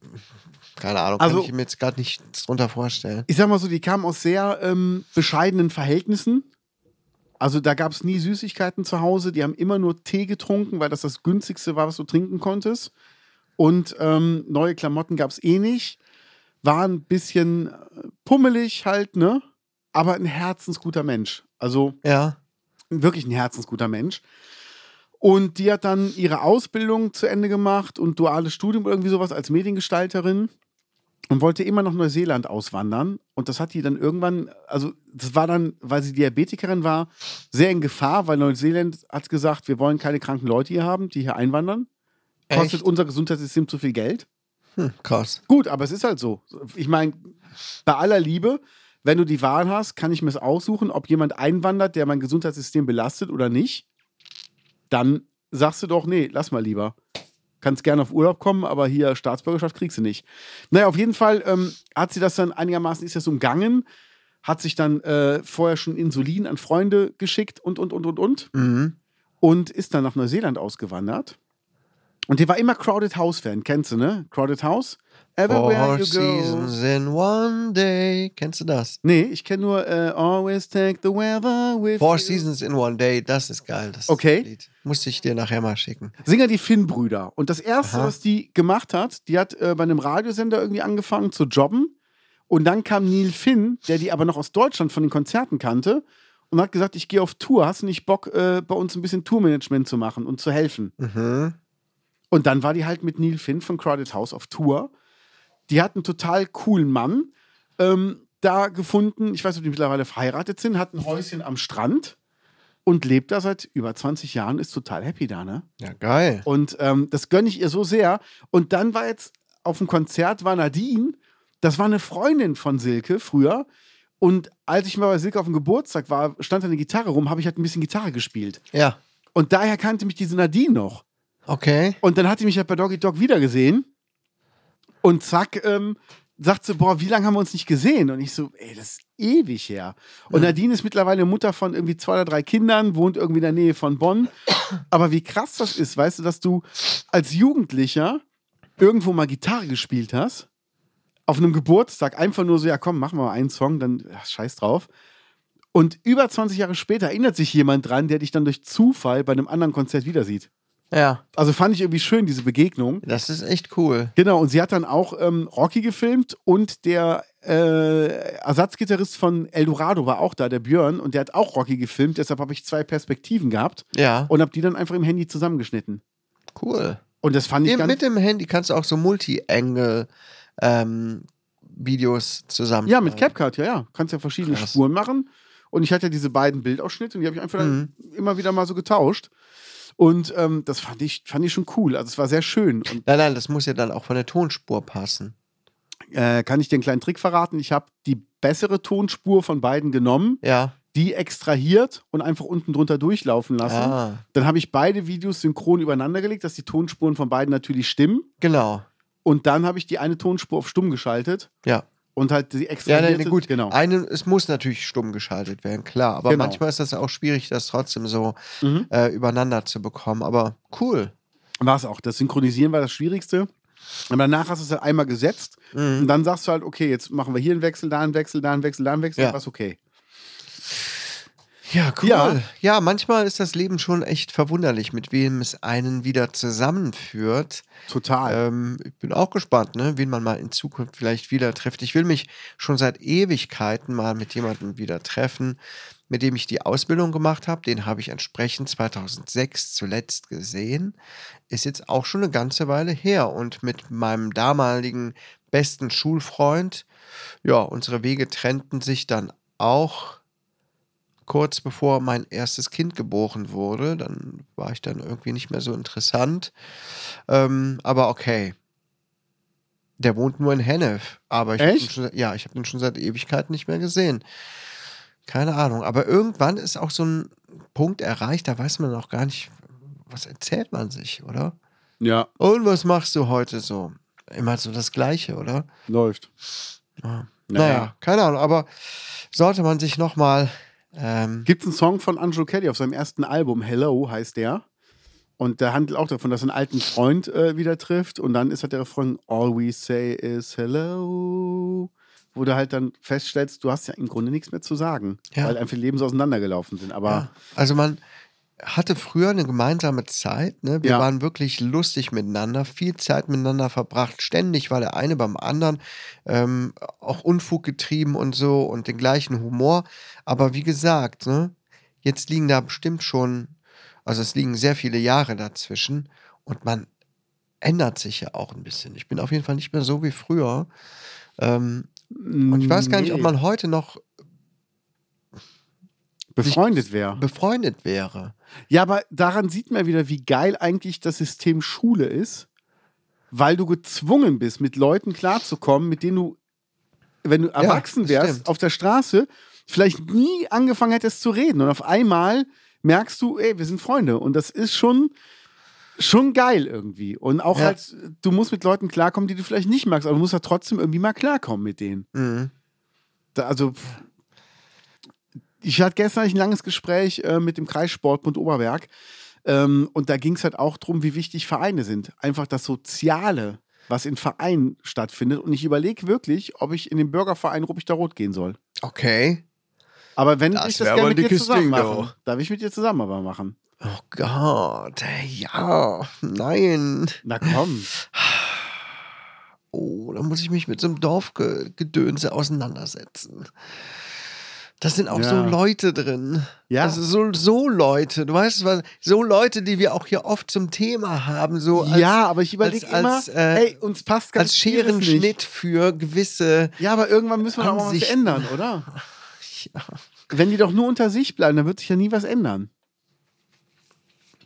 keine Ahnung,
Also-
kann ich mir jetzt gerade nichts drunter vorstellen.
Ich sag mal so, die kamen aus sehr ähm, bescheidenen Verhältnissen. Also da gab es nie Süßigkeiten zu Hause. Die haben immer nur Tee getrunken, weil das das günstigste war, was du trinken konntest. Und ähm, neue Klamotten gab es eh nicht. War ein bisschen äh, pummelig halt, ne? Aber ein herzensguter Mensch. Also
Ja,
wirklich ein herzensguter Mensch. Und die hat dann ihre Ausbildung zu Ende gemacht und duales Studium irgendwie sowas als Mediengestalterin und wollte immer nach Neuseeland auswandern. Und das hat die dann irgendwann, also das war dann, weil sie Diabetikerin war, sehr in Gefahr, weil Neuseeland hat gesagt, wir wollen keine kranken Leute hier haben, die hier einwandern. Kostet
Echt?
unser Gesundheitssystem zu viel Geld.
hm, krass.
Gut, aber es ist halt so. Ich meine, bei aller Liebe, wenn du die Wahl hast, kann ich mir es aussuchen, ob jemand einwandert, der mein Gesundheitssystem belastet oder nicht. Dann sagst du doch, nee, lass mal lieber. Kannst gerne auf Urlaub kommen, aber hier Staatsbürgerschaft kriegst du nicht. Naja, auf jeden Fall ähm, hat sie das dann einigermaßen, ist das umgangen, hat sich dann äh, vorher schon Insulin an Freunde geschickt und, und, und, und, und
Mhm.
und ist dann nach Neuseeland ausgewandert. Und der war immer Crowded House Fan, kennst du, ne? Crowded House?
Four Seasons in One Day. Kennst du das?
Nee, ich kenne nur äh, Always Take the Weather with
Four
you.
Seasons in One Day, das ist geil. Das
Okay.
Lied. Muss ich dir nachher mal schicken.
Singer die Finn-Brüder. Und das Erste,
Aha.
was die gemacht hat, die hat äh, bei einem Radiosender irgendwie angefangen zu jobben. Und dann kam Neil Finn, der die aber noch aus Deutschland von den Konzerten kannte, und hat gesagt, ich gehe auf Tour, hast du nicht Bock, äh, bei uns ein bisschen Tourmanagement zu machen und zu helfen?
Mhm.
Und dann war die halt mit Neil Finn von Crowded House auf Tour. Die hat einen total coolen Mann ähm, da gefunden. Ich weiß, ob die mittlerweile verheiratet sind, hat ein Häuschen am Strand und lebt da seit über 20 Jahren, ist total happy da, ne?
Ja, geil.
Und ähm, das gönne ich ihr so sehr. Und dann war jetzt auf dem Konzert war Nadine, das war eine Freundin von Silke früher. Und als ich mal bei Silke auf dem Geburtstag war, stand da eine Gitarre rum, habe ich halt ein bisschen Gitarre gespielt.
Ja,
Und daher kannte mich diese Nadine noch.
okay.
Und dann hat die mich halt bei Doggy Dog wiedergesehen. Und zack, ähm, sagt sie, boah, wie lange haben wir uns nicht gesehen? Und ich so, ey, das ist ewig her. Und Nadine ist mittlerweile Mutter von irgendwie zwei oder drei Kindern, wohnt irgendwie in der Nähe von Bonn. Aber wie krass das ist, weißt du, dass du als Jugendlicher irgendwo mal Gitarre gespielt hast, auf einem Geburtstag, einfach nur so, ja komm, machen wir mal einen Song, dann ach, scheiß drauf. Und über 20 Jahre später erinnert sich jemand dran, der dich dann durch Zufall bei einem anderen Konzert wieder sieht.
Ja,
Also fand ich irgendwie schön, diese Begegnung.
das ist echt cool.
Genau, und sie hat dann auch ähm, Rocky gefilmt und der äh, Ersatzgitarrist von Eldorado war auch da, der Björn, und der hat auch Rocky gefilmt, deshalb habe ich zwei Perspektiven gehabt
Ja,
und habe die dann einfach im Handy zusammengeschnitten.
cool.
Und das fand ich
Eben
ganz...
mit dem Handy kannst du auch so ähm, Multi-Angle-Videos zusammen.
Ja, mit CapCut, ja, ja. Kannst ja verschiedene
Äh. Krass.
Spuren machen. Und ich hatte ja diese beiden Bildausschnitte und die habe ich einfach
Mhm.
dann immer wieder mal so getauscht. Und ähm, das fand ich, fand ich schon cool. Also es war sehr schön. Und
Nein, nein, das muss ja dann auch von der Tonspur passen.
äh, kann ich dir einen kleinen Trick verraten? Ich habe die bessere Tonspur von beiden genommen.
Ja.
die extrahiert und einfach unten drunter durchlaufen lassen.
Ah,
Dann habe ich beide Videos synchron übereinander gelegt, dass die Tonspuren von beiden natürlich stimmen.
genau.
Und dann habe ich die eine Tonspur auf stumm geschaltet
Ja.
und halt die
Ja,
extrahierte.
nein, gut. Ah.
Genau.
Eine, es muss natürlich stumm geschaltet werden, klar. Aber
Genau.
manchmal ist das auch schwierig, das trotzdem so
Mhm.
äh, übereinander zu bekommen. Aber cool.
War es auch. Das Synchronisieren war das Schwierigste. Aber danach hast du es halt einmal gesetzt und
Mhm.
dann sagst du halt, okay, jetzt machen wir hier einen Wechsel, da einen Wechsel, da einen Wechsel, da einen Wechsel,
Ja.
was okay.
Ja, cool.
Ja.
Ja. manchmal ist das Leben schon echt verwunderlich, mit wem es einen wieder zusammenführt.
Total.
Ähm, ich bin auch gespannt, ne, wen man mal in Zukunft vielleicht wieder trifft. Ich will mich schon seit Ewigkeiten mal mit jemandem wieder treffen, mit dem ich die Ausbildung gemacht habe. Den habe ich entsprechend 2006 zuletzt gesehen. Ist jetzt auch schon eine ganze Weile her. Und mit meinem damaligen besten Schulfreund, ja, unsere Wege trennten sich dann auch kurz bevor mein erstes Kind geboren wurde. Dann war ich dann irgendwie nicht mehr so interessant. Ähm, aber okay. Der wohnt nur in Hennef. Aber ich hab
Echt?
ihn schon, ja, ich habe ihn schon seit Ewigkeiten nicht mehr gesehen. Keine Ahnung. Aber irgendwann ist auch so ein Punkt erreicht, da weiß man auch gar nicht, was erzählt man sich, oder?
ja,
Und was machst du heute so? Immer so das Gleiche, oder?
läuft.
Ja.
Naja.
Ah. Naja, keine Ahnung, aber sollte man sich nochmal. Ähm,
Gibt es einen Song von Angelo Kelly auf seinem ersten Album, Hello heißt der. Und der handelt auch davon, dass er einen alten Freund äh, wieder trifft. Und dann ist halt der Refrain, All we say is hello. Wo du halt dann feststellst, du hast ja im Grunde nichts mehr zu sagen.
Ja.
Weil einfach die Leben so auseinandergelaufen sind. Aber
ja. Also man hatte früher eine gemeinsame Zeit, ne? Wir
Ja.
waren wirklich lustig miteinander, viel Zeit miteinander verbracht, ständig war der eine beim anderen ähm, auch Unfug getrieben und so und den gleichen Humor. Aber wie gesagt, ne? jetzt liegen da bestimmt schon, also es liegen sehr viele Jahre dazwischen und man ändert sich ja auch ein bisschen. Ich bin auf jeden Fall nicht mehr so wie früher. Ähm, und ich weiß gar nicht, ob
nee,
man heute noch
befreundet wäre.
befreundet wäre.
Ja, aber daran sieht man wieder, wie geil eigentlich das System Schule ist, weil du gezwungen bist, mit Leuten klarzukommen, mit denen du, wenn du erwachsen
das
wärst,
stimmt.
auf der Straße vielleicht nie angefangen hättest zu reden. Und auf einmal merkst du, ey, wir sind Freunde. Und das ist schon, schon geil irgendwie. Und auch
Ja.
halt, du musst mit Leuten klarkommen, die du vielleicht nicht magst, aber du musst ja trotzdem irgendwie mal klarkommen mit denen.
Mhm.
Da, also, pff. ich hatte gestern ein langes Gespräch äh, mit dem Kreissportbund Oberberg. Ähm, und da ging es halt auch darum, wie wichtig Vereine sind. Einfach das Soziale, was in Vereinen stattfindet. Und ich überlege wirklich, ob ich in den Bürgerverein Ruppichter Rot gehen soll.
Okay.
Aber wenn
Das
ich das
wär
gerne
aber ein
mit dir
dickes
zusammen
Ding,
machen,
doch.
darf ich mit dir zusammen aber machen.
Oh Gott, ey, ja, nein.
Na komm.
Oh, da muss ich mich mit so einem Dorfgedönse auseinandersetzen. Das sind auch so
Ja.
Leute drin.
Ja.
Also so, so Leute, du weißt was, so Leute, die wir auch hier oft zum Thema haben, so als,
ja, aber ich überlege
als-
immer,
als, äh,
ey, uns passt ganz
als
vieles nicht.
Scherenschnitt für gewisse.
Ja, aber irgendwann müssen wir doch mal was
Ansichten.
ändern, oder?
Ja.
Wenn die doch nur unter sich bleiben, dann wird sich ja nie was ändern.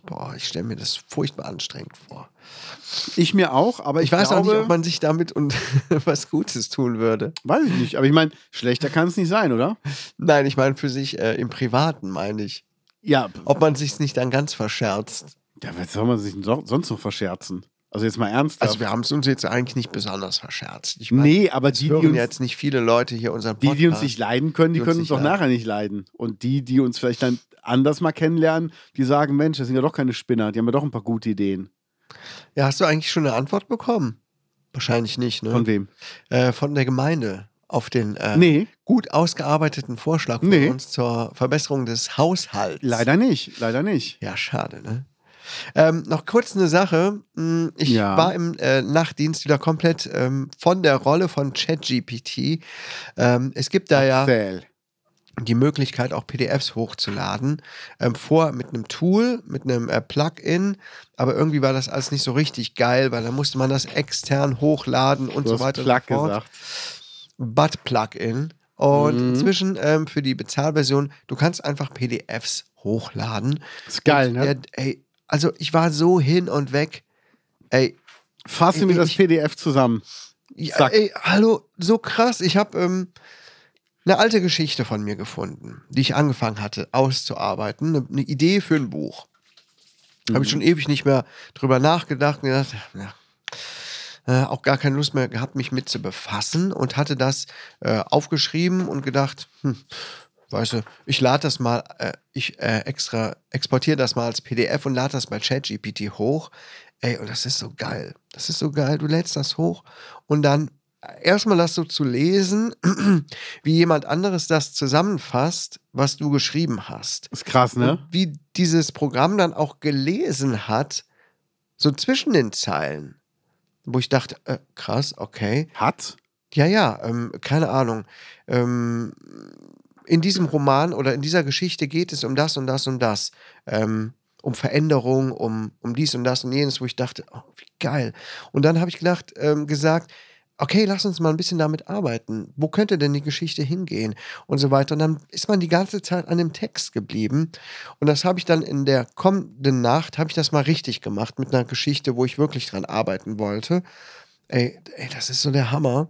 Boah, ich stelle mir das furchtbar anstrengend vor.
Ich mir auch, aber ich,
Ich, weiß
glaube,
auch nicht, ob man sich damit und was Gutes tun würde.
weiß ich nicht. Aber ich meine, schlechter kann es nicht sein, oder?
Nein, ich meine für sich äh, im Privaten, meine ich.
Ja,
Ob man sich's nicht dann ganz verscherzt.
ja was soll man sich denn so, sonst noch verscherzen? Also jetzt mal ernsthaft.
Also wir haben es uns jetzt eigentlich nicht besonders verscherzt. Ich meine,
nee, aber die,
es
die
hören
uns,
jetzt nicht viele Leute hier unseren
die,
Podcast.
die uns nicht leiden können, die,
Die uns
können uns
nicht
doch
leiden.
nachher nicht leiden. Und die, die uns vielleicht dann anders mal kennenlernen, die sagen, Mensch, das sind ja doch keine Spinner, die haben ja doch ein paar gute Ideen.
ja, hast du eigentlich schon eine Antwort bekommen? Wahrscheinlich nicht, ne?
Von wem?
äh, von der Gemeinde auf den äh,
Nee,
gut ausgearbeiteten Vorschlag von
Nee.
uns zur Verbesserung des Haushalts.
leider nicht, leider nicht.
Ja, schade, ne? Ähm, noch kurz eine Sache. Hm, Ich
Ja.
war im äh, Nachtdienst wieder komplett ähm, von der Rolle von ChatGPT. Ähm, es gibt da ja
Erzähl.
die Möglichkeit, auch PDFs hochzuladen. Ähm, vor mit einem Tool, mit einem äh, Plugin, aber irgendwie war das alles nicht so richtig geil, weil da musste man das extern hochladen und
Du
so
hast
weiter. und
Plug
so fort.
gesagt.
But Plugin. Und
Mhm.
inzwischen ähm, für die Bezahlversion, du kannst einfach PDFs hochladen.
Ist geil,
Und
ne?
der, ey, also ich war so hin und weg. Ey,
Fasse mir
ich-
das PDF zusammen.
ja,
Sag.
ey, hallo, so krass. Ich habe ähm, eine alte Geschichte von mir gefunden, die ich angefangen hatte auszuarbeiten. Eine, eine Idee für ein Buch. Habe ich schon ewig nicht mehr drüber nachgedacht und gedacht, ja, äh, auch gar keine Lust mehr gehabt, mich mit zu befassen und hatte das äh, aufgeschrieben und gedacht, hm, weißt du, ich lade das mal, äh, ich äh, extra exportiere das mal als PDF und lade das bei ChatGPT hoch. Ey, und das ist so geil. Das ist so geil. Du lädst das hoch und dann äh, erstmal das so zu lesen, wie jemand anderes das zusammenfasst, was du geschrieben hast.
Ist krass, ne?
Und wie dieses Programm dann auch gelesen hat, so zwischen den Zeilen, wo ich dachte, äh, krass, okay.
Hat?
Ja, ja, ähm, keine Ahnung. Ähm, in diesem Roman oder in dieser Geschichte geht es um das und das und das. Ähm, um Veränderung, um, um dies und das und jenes, wo ich dachte, oh, wie geil. Und dann habe ich gedacht, ähm, gesagt, okay, lass uns mal ein bisschen damit arbeiten. Wo könnte denn die Geschichte hingehen? Und so weiter. Und dann ist man die ganze Zeit an dem Text geblieben. Und das habe ich dann in der kommenden Nacht, habe ich das mal richtig gemacht mit einer Geschichte, wo ich wirklich dran arbeiten wollte. Ey, ey das ist so der Hammer.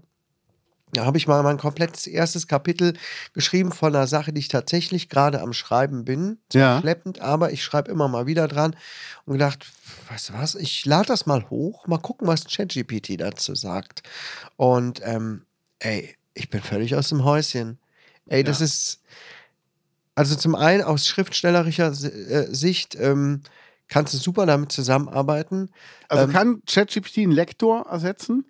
Da habe ich mal mein komplettes erstes Kapitel geschrieben von einer Sache, die ich tatsächlich gerade am Schreiben bin. Zwar
Ja.
schleppend, aber ich schreibe immer mal wieder dran und gedacht, weißt du was, ich lade das mal hoch, mal gucken, was ChatGPT dazu sagt. Und ähm, ey, ich bin völlig aus dem Häuschen. Ey, das ist, also zum einen aus schriftstellerischer Si- äh, Sicht ähm, kannst du super damit zusammenarbeiten.
Also
Ähm,
kann ChatGPT einen Lektor ersetzen?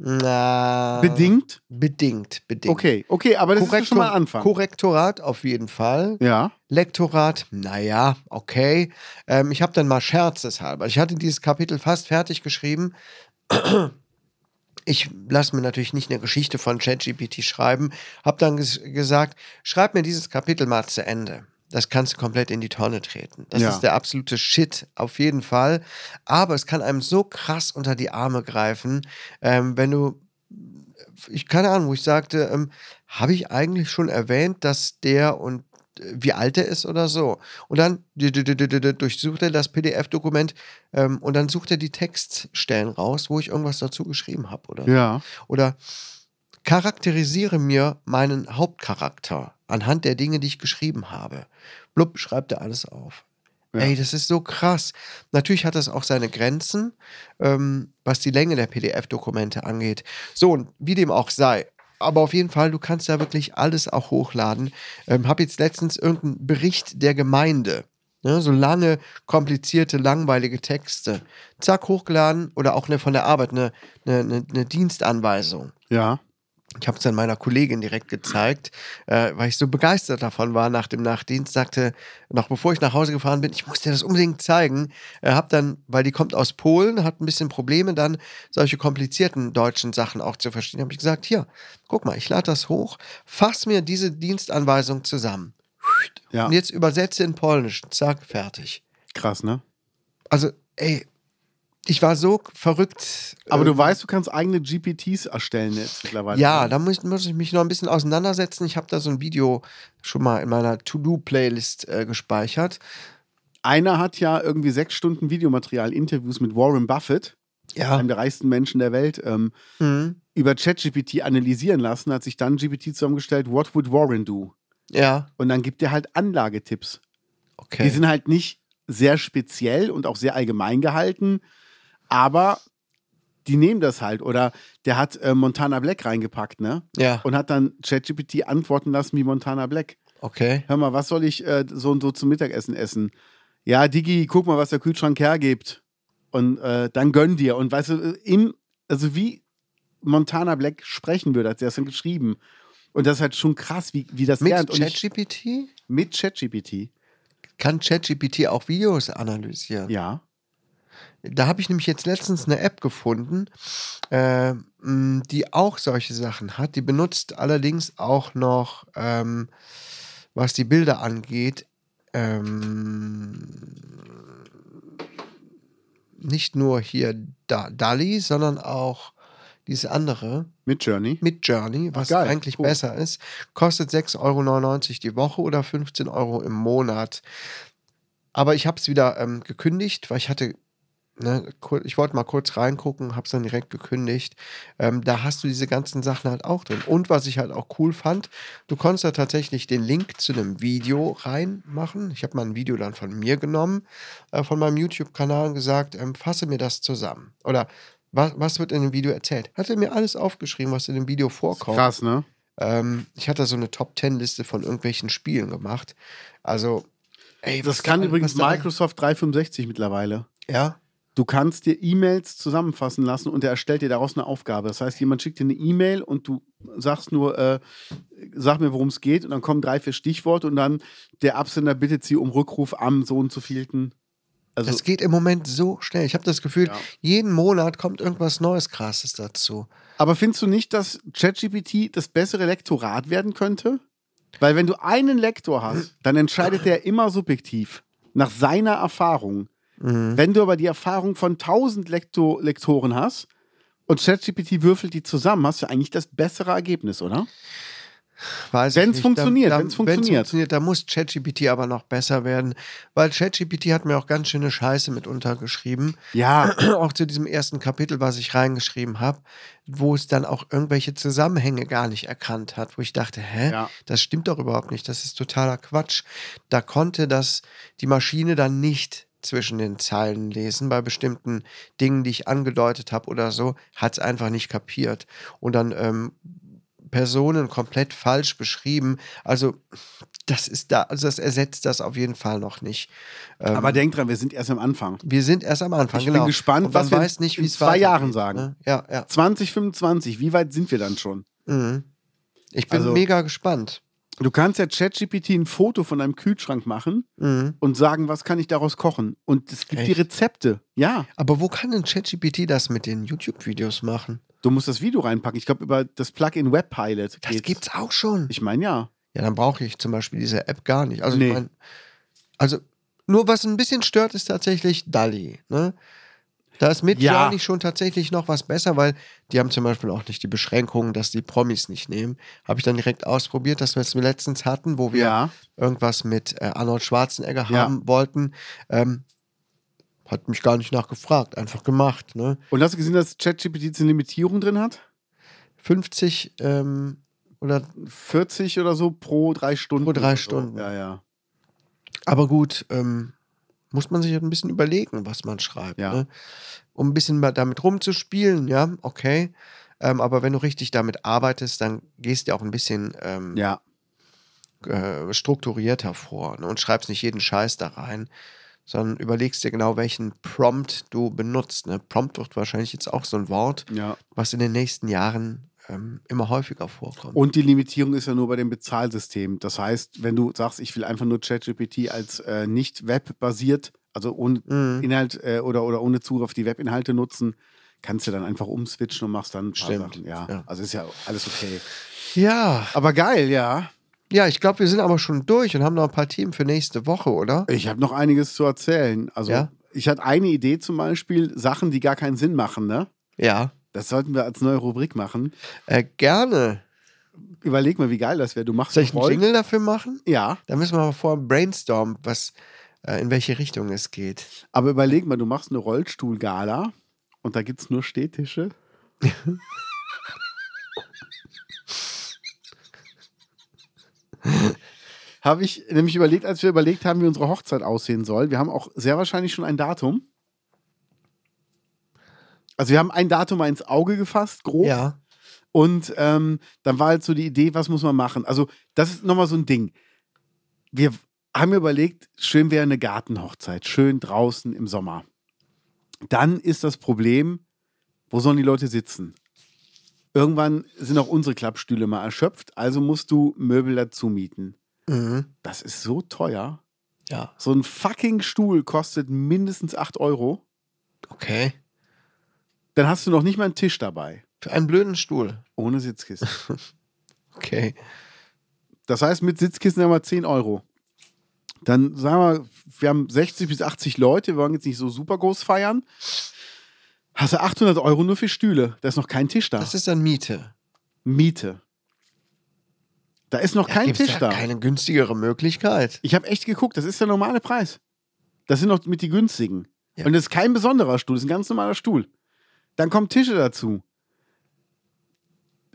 Na,
Bedingt?
Bedingt, Äh, bedingt.
Okay, okay, aber das ist doch schon mal ein Anfang.
Korrektorat auf jeden Fall.
Ja.
Lektorat, naja, okay. Ähm, ich habe dann mal scherzeshalber. Ich hatte dieses Kapitel fast fertig geschrieben. Ich lasse mir natürlich nicht eine Geschichte von ChatGPT schreiben. Habe dann ges gesagt, schreib mir dieses Kapitel mal zu Ende. Das kannst du komplett in die Tonne treten. Das
Ja.
ist der absolute Shit, auf jeden Fall. Aber es kann einem so krass unter die Arme greifen, ähm, wenn du ich keine Ahnung, wo ich sagte, ähm, habe ich eigentlich schon erwähnt, dass der und äh, wie alt er ist oder so. Und dann d- d- d- d- d- d- durchsucht er das PDF-Dokument ähm, und dann sucht er die Textstellen raus, wo ich irgendwas dazu geschrieben habe oder
Ja.
oder charakterisiere mir meinen Hauptcharakter anhand der Dinge, die ich geschrieben habe. Blub, schreibt er alles auf.
Ja.
Ey, das ist so krass. Natürlich hat das auch seine Grenzen, ähm, was die Länge der PDF-Dokumente angeht. So, und wie dem auch sei. Aber auf jeden Fall, du kannst da wirklich alles auch hochladen. Ähm, hab jetzt letztens irgendeinen Bericht der Gemeinde. Ne, so lange, komplizierte, langweilige Texte. Zack, hochgeladen oder auch ne, von der Arbeit eine ne, ne, ne Dienstanweisung.
Ja.
Ich habe es dann meiner Kollegin direkt gezeigt, äh, weil ich so begeistert davon war nach dem Nachtdienst. Sagte, noch bevor ich nach Hause gefahren bin, ich muss dir das unbedingt zeigen. Äh, hab dann, weil die kommt aus Polen, hat ein bisschen Probleme dann, solche komplizierten deutschen Sachen auch zu verstehen. Habe ich gesagt, hier, guck mal, ich lade das hoch, fass mir diese Dienstanweisung zusammen.
Ja.
Und jetzt übersetze in Polnisch. Zack, fertig.
Krass, ne?
Also, ey, ich war so verrückt.
Aber
äh,
du weißt, du kannst eigene GPTs erstellen jetzt mittlerweile. Also
Ja, da muss, muss ich mich noch ein bisschen auseinandersetzen. Ich habe da so ein Video schon mal in meiner To-Do-Playlist äh, gespeichert.
Einer hat ja irgendwie sechs Stunden Videomaterial, Interviews mit Warren Buffett,
Ja.
einem der reichsten Menschen der Welt, ähm,
Mhm.
über ChatGPT analysieren lassen, hat sich dann GPT zusammengestellt, what would Warren do?
Ja,
Und dann gibt er halt Anlagetipps.
okay.
Die sind halt nicht sehr speziell und auch sehr allgemein gehalten, aber die nehmen das halt. Oder der hat äh, Montana Black reingepackt, ne?
ja,
Und hat dann ChatGPT antworten lassen wie Montana Black.
okay.
Hör mal, was soll ich äh, so und so zum Mittagessen essen? Ja, Digi, guck mal, was der Kühlschrank hergibt. Und äh, dann gönn dir. Und weißt du, im, also wie Montana Black sprechen würde, als er es dann geschrieben. Und das ist halt schon krass, wie, wie das
Mit
lernt. Und ich,
ChatGPT?
mit ChatGPT.
Kann ChatGPT auch Videos analysieren?
Ja.
Da habe ich nämlich jetzt letztens eine App gefunden, äh, mh, die auch solche Sachen hat. Die benutzt allerdings auch noch, ähm, was die Bilder angeht, ähm, nicht nur hier da Dali, sondern auch dieses andere
Mit Journey.
mit Journey, was
geil,
eigentlich
cool.
besser ist. Kostet 6,99 Euro die Woche oder 15 Euro im Monat. Aber ich habe es wieder ähm, gekündigt, weil ich hatte, ne, kur- ich wollte mal kurz reingucken, habe es dann direkt gekündigt. Ähm, da hast du diese ganzen Sachen halt auch drin. Und was ich halt auch cool fand, du konntest da tatsächlich den Link zu einem Video reinmachen. Ich habe mal ein Video dann von mir genommen, äh, von meinem YouTube-Kanal und gesagt, ähm, fasse mir das zusammen. Oder was, was wird in dem Video erzählt? Hat er mir alles aufgeschrieben, was in dem Video vorkommt.
Krass, ne?
Ähm, ich hatte so eine Top-10-Liste von irgendwelchen Spielen gemacht. Also, ey,
Das
was
kann
da-
übrigens
was da-
Microsoft 365 mittlerweile.
Ja,
Du kannst dir E-Mails zusammenfassen lassen und er erstellt dir daraus eine Aufgabe. Das heißt, jemand schickt dir eine E-Mail und du sagst nur, äh, sag mir, worum es geht, und dann kommen drei, vier Stichworte und dann der Absender bittet sie um Rückruf am so und so vielten. Also,
das geht im Moment so schnell. Ich habe das Gefühl,
Ja.
jeden Monat kommt irgendwas Neues, Krasses dazu.
aber findest du nicht, dass ChatGPT das bessere Lektorat werden könnte? Weil wenn du einen Lektor hast, dann entscheidet der immer subjektiv nach seiner Erfahrung.
Mhm.
Wenn du aber die Erfahrung von 1000 Lekto Lektoren hast und ChatGPT würfelt die zusammen, hast du eigentlich das bessere Ergebnis, oder?
Weiß ich
Wenn's
nicht.
funktioniert,
da, da,
wenn's funktioniert.
funktioniert, da muss ChatGPT aber noch besser werden, weil ChatGPT hat mir auch ganz schöne Scheiße mitunter geschrieben.
Ja.
auch zu diesem ersten Kapitel, was ich reingeschrieben habe, wo es dann auch irgendwelche Zusammenhänge gar nicht erkannt hat, wo ich dachte, hä,
Ja.
das stimmt doch überhaupt nicht, das ist totaler Quatsch. Da konnte das die Maschine dann nicht zwischen den Zeilen lesen, bei bestimmten Dingen, die ich angedeutet habe oder so, hat es einfach nicht kapiert. Und dann ähm, Personen komplett falsch beschrieben. Also das ist da, also das ersetzt das auf jeden Fall noch nicht. Ähm,
Aber denk dran, wir sind erst am Anfang.
wir sind erst am Anfang.
Ich bin
genau.
gespannt,
Und man
was wir
weiß nicht,
in
wie es
zwei
weitergeht,
Jahren sagen.
Ne? Ja, ja.
2025, wie weit sind wir dann schon?
Mhm. Ich bin
Also-
mega gespannt.
Du kannst ja ChatGPT ein Foto von deinem Kühlschrank machen
Mhm.
und sagen, was kann ich daraus kochen? Und es gibt die
Echt?
Rezepte. Ja,
Aber wo kann denn ChatGPT das mit den YouTube-Videos machen?
du musst das Video reinpacken. Ich glaube, über das Plugin WebPilot
Das
geht's.
gibt's auch schon.
Ich meine ja.
ja, dann brauche ich zum Beispiel diese App gar nicht. Also,
Nee.
ich mein, also nur was ein bisschen stört, ist tatsächlich Dali. Ne? Da ist mit
Ja.
Journey schon tatsächlich noch was besser, weil die haben zum Beispiel auch nicht die Beschränkungen, dass die Promis nicht nehmen. Habe ich dann direkt ausprobiert, dass wir es letztens hatten, wo wir
Ja.
irgendwas mit äh, Arnold Schwarzenegger
Ja.
haben wollten. Ähm, hat mich gar nicht nachgefragt, einfach gemacht. Ne?
Und hast du gesehen, dass ChatGPT jetzt eine Limitierung drin hat?
50 ähm, oder
40 oder so pro drei Stunden.
Pro drei
oder so.
Stunden.
Ja, ja.
aber gut, ähm, muss man sich halt ein bisschen überlegen, was man schreibt.
Ja.
Ne? Um ein bisschen mal damit rumzuspielen, ja, okay. Ähm, aber wenn du richtig damit arbeitest, dann gehst du auch ein bisschen ähm,
Ja.
äh, strukturierter vor ne? und schreibst nicht jeden Scheiß da rein, sondern überlegst dir genau, welchen Prompt du benutzt. Ne? Prompt wird wahrscheinlich jetzt auch so ein Wort,
ja.
was in den nächsten Jahren ähm, immer häufiger vorkommt.
Und die Limitierung ist ja nur bei dem Bezahlsystem. Das heißt, wenn du sagst, ich will einfach nur ChatGPT als äh, nicht webbasiert, also ohne
Mhm.
Inhalt äh, oder, oder ohne Zugriff die Webinhalte nutzen, kannst du dann einfach umswitchen und machst dann ein paar
Stimmt,
Sachen. Ja.
ja.
also ist ja alles okay.
Ja,
Aber geil, ja.
ja, ich glaube, wir sind aber schon durch und haben noch ein paar Themen für nächste Woche, oder?
Ich habe noch einiges zu erzählen. Also
Ja?
ich hatte eine Idee zum Beispiel, Sachen, die gar keinen Sinn machen, ne?
Ja.
Das sollten wir als neue Rubrik machen.
Äh, gerne.
Überleg mal, wie geil das wäre. Du machst
Soll ich einen
Roll-
Jingle dafür machen?
Ja.
Da müssen wir aber vorher brainstormen, was, äh, in welche Richtung es geht.
Aber überleg mal, du machst eine Rollstuhlgala und da gibt es nur Stehtische. Habe ich nämlich überlegt, als wir überlegt haben, wie unsere Hochzeit aussehen soll. Wir haben auch sehr wahrscheinlich schon ein Datum. Also wir haben ein Datum mal ins Auge gefasst, grob.
Ja.
Und ähm, dann war halt so die Idee, was muss man machen? Also, das ist nochmal so ein Ding. Wir haben überlegt, schön wäre eine Gartenhochzeit, schön draußen im Sommer. Dann ist das Problem, wo sollen die Leute sitzen? Irgendwann sind auch unsere Klappstühle mal erschöpft, also musst du Möbel dazu mieten.
Mhm.
Das ist so teuer.
Ja.
So ein fucking Stuhl kostet mindestens 8 Euro.
Okay.
Dann hast du noch nicht mal einen Tisch dabei.
Für einen blöden Stuhl.
Ohne Sitzkissen.
Okay.
Das heißt, mit Sitzkissen haben wir 10 Euro. Dann sagen wir, wir haben 60 bis 80 Leute, wir wollen jetzt nicht so super groß feiern. Hast du 800 Euro nur für Stühle? Da ist noch kein Tisch da.
Das ist dann Miete.
Miete. Da ist noch
Ja,
kein
gibt's
Tisch
ja
da.
Keine günstigere Möglichkeit.
Ich habe echt geguckt, das ist der normale Preis. Das sind noch mit die günstigen.
Ja.
Und das ist kein besonderer Stuhl, das ist ein ganz normaler Stuhl. Dann kommen Tische dazu.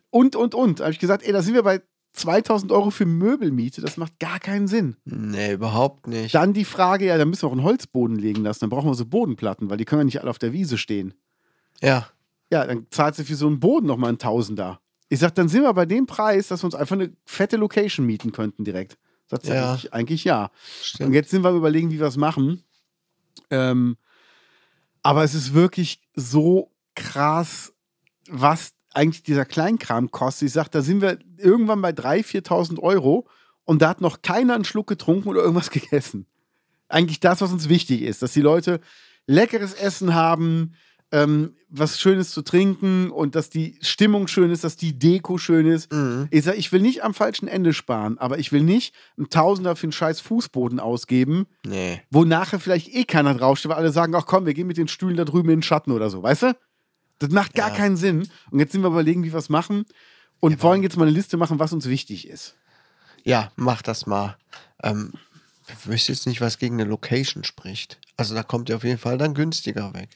Und, und, und. Da habe ich gesagt, ey, da sind wir bei 2000 Euro für Möbelmiete. Das macht gar keinen Sinn.
Nee, überhaupt nicht.
Dann die Frage, ja, dann müssen wir auch einen Holzboden legen lassen. Dann brauchen wir so Bodenplatten, weil die können ja nicht alle auf der Wiese stehen.
ja.
Ja, dann zahlst du für so einen Boden nochmal einen Tausender. Ich sag, dann sind wir bei dem Preis, dass wir uns einfach eine fette Location mieten könnten direkt. Sagt sie
Ja.
eigentlich, eigentlich ja.
Stimmt.
Und jetzt sind wir am überlegen, wie wir es machen. Ähm, Aber es ist wirklich so krass, was eigentlich dieser Kleinkram kostet. Ich sag, da sind wir irgendwann bei 3.000, 4.000 Euro und da hat noch keiner einen Schluck getrunken oder irgendwas gegessen. Eigentlich das, was uns wichtig ist, dass die Leute leckeres Essen haben, ähm, was Schönes zu trinken und dass die Stimmung schön ist, dass die Deko schön ist.
Mhm.
Ich sag, ich will nicht am falschen Ende sparen, aber ich will nicht einen Tausender für einen scheiß Fußboden ausgeben,
Nee.
wo nachher vielleicht eh keiner draufsteht, weil alle sagen, ach komm, wir gehen mit den Stühlen da drüben in den Schatten oder so, weißt du? Das macht gar
Ja.
keinen Sinn. Und jetzt sind wir überlegen, wie wir es machen und wollen jetzt mal eine Liste machen, was uns wichtig ist.
Ja, mach das mal. Ähm, ich wüsste jetzt nicht, was gegen eine Location spricht. Also da kommt ihr auf jeden Fall dann günstiger weg.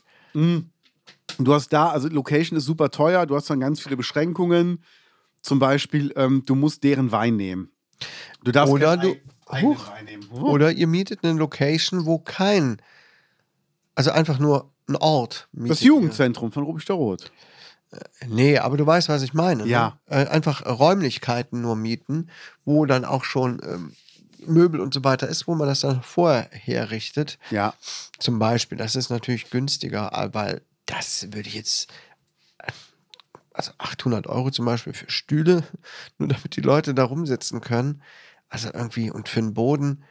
Du hast da, also Location ist super teuer, du hast dann ganz viele Beschränkungen. Zum Beispiel, ähm, du musst deren Wein nehmen. Du darfst
Oder
keinen
du-
ei- eigenen
Huch.
Wein nehmen.
Oder ihr mietet eine Location, wo kein, also einfach nur ein Ort. Mietet
Das Jugendzentrum von Rubik der Rot.
Ihr. Nee, aber du weißt, was ich meine.
Ja.
Ne? Äh, einfach Räumlichkeiten nur mieten, wo dann auch schon ähm, Möbel und so weiter ist, wo man das dann vorher herrichtet.
Ja.
Zum Beispiel, das ist natürlich günstiger, äh, weil das würde ich jetzt, äh, also 800 Euro zum Beispiel für Stühle, nur damit die Leute da rumsitzen können. Also irgendwie und für den Boden,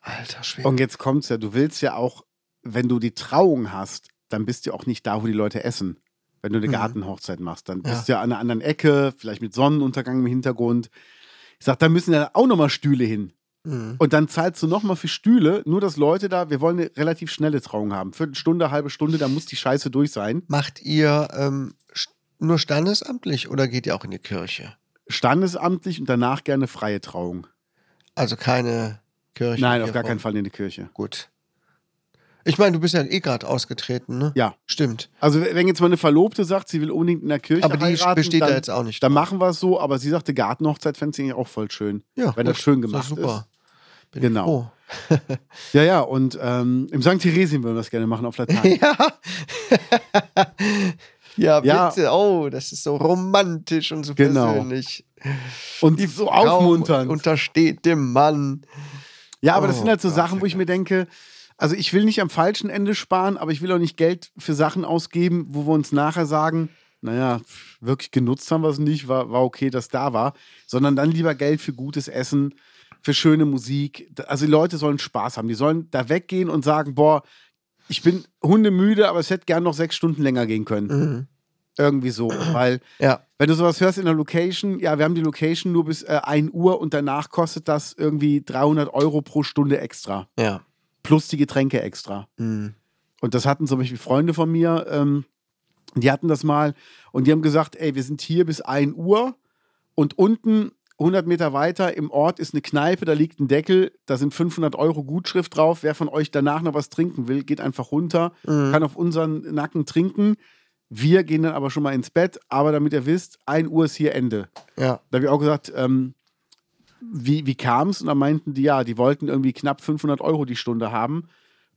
alter Schwede.
Und jetzt kommt's ja, du willst ja auch, wenn du die Trauung hast, dann bist du auch nicht da, wo die Leute essen. Wenn du eine
Mhm.
Gartenhochzeit machst, dann bist du ja an einer anderen Ecke, vielleicht mit Sonnenuntergang im Hintergrund. Ich sag, da müssen ja auch nochmal Stühle hin.
Mhm.
Und dann zahlst du nochmal für Stühle, nur dass Leute da, wir wollen eine relativ schnelle Trauung haben. Viertelstunde, halbe Stunde, da muss die Scheiße durch sein.
Macht ihr ähm, st- nur standesamtlich oder geht ihr auch in die Kirche?
Standesamtlich und danach gerne freie Trauung.
Also keine Kirche.
Nein, auf
hier
gar
vom-
keinen Fall in die Kirche.
Gut. Ich meine, du bist ja eh gerade ausgetreten, ne?
Ja.
Stimmt.
Also, wenn jetzt mal eine Verlobte sagt, sie will unbedingt in der Kirche
Aber die
heiraten,
besteht
dann,
da jetzt auch nicht.
Dann machen wir es so, aber sie sagte, Gartenhochzeit fände sie eigentlich auch voll schön.
ja,
wenn das
gut.
schön gemacht
super. Bin
Genau.
froh.
Ja, ja, und ähm, im St. Theresien würden wir das gerne machen auf Latein.
Ja. ja,
Ja.
bitte. Oh, das ist so romantisch und so
Genau.
persönlich.
und die so
Frau
aufmunternd.
Untersteht dem Mann.
ja, aber das sind halt so
Oh, Gott,
Sachen, wo ich mir denke, also ich will nicht am falschen Ende sparen, aber ich will auch nicht Geld für Sachen ausgeben, wo wir uns nachher sagen, naja, pff, wirklich genutzt haben wir es nicht, war, war okay, dass da war, sondern dann lieber Geld für gutes Essen, für schöne Musik. Da- Also die Leute sollen Spaß haben, die sollen da weggehen und sagen, boah, ich bin hundemüde, aber es hätte gern noch sechs Stunden länger gehen können.
Mhm.
Irgendwie so, weil
Ja.
Wenn du sowas hörst in der Location, ja, wir haben die Location nur bis äh, 1 Uhr und danach kostet das irgendwie 300 Euro pro Stunde extra.
Ja.
Plus die Getränke extra.
Mhm.
Und das hatten zum Beispiel Freunde von mir, ähm, die hatten das mal und die haben gesagt, ey, wir sind hier bis 1 Uhr und unten 100 Meter weiter im Ort ist eine Kneipe, da liegt ein Deckel, da sind 500 Euro Gutschrift drauf. Wer von euch danach noch was trinken will, geht einfach runter,
Mhm.
kann auf unseren Nacken trinken. Wir gehen dann aber schon mal ins Bett, aber damit ihr wisst, 1 Uhr ist hier Ende.
Ja.
Da habe ich auch gesagt, ähm, wie, wie kam es? Und dann meinten die, ja, die wollten irgendwie knapp 500 Euro die Stunde haben,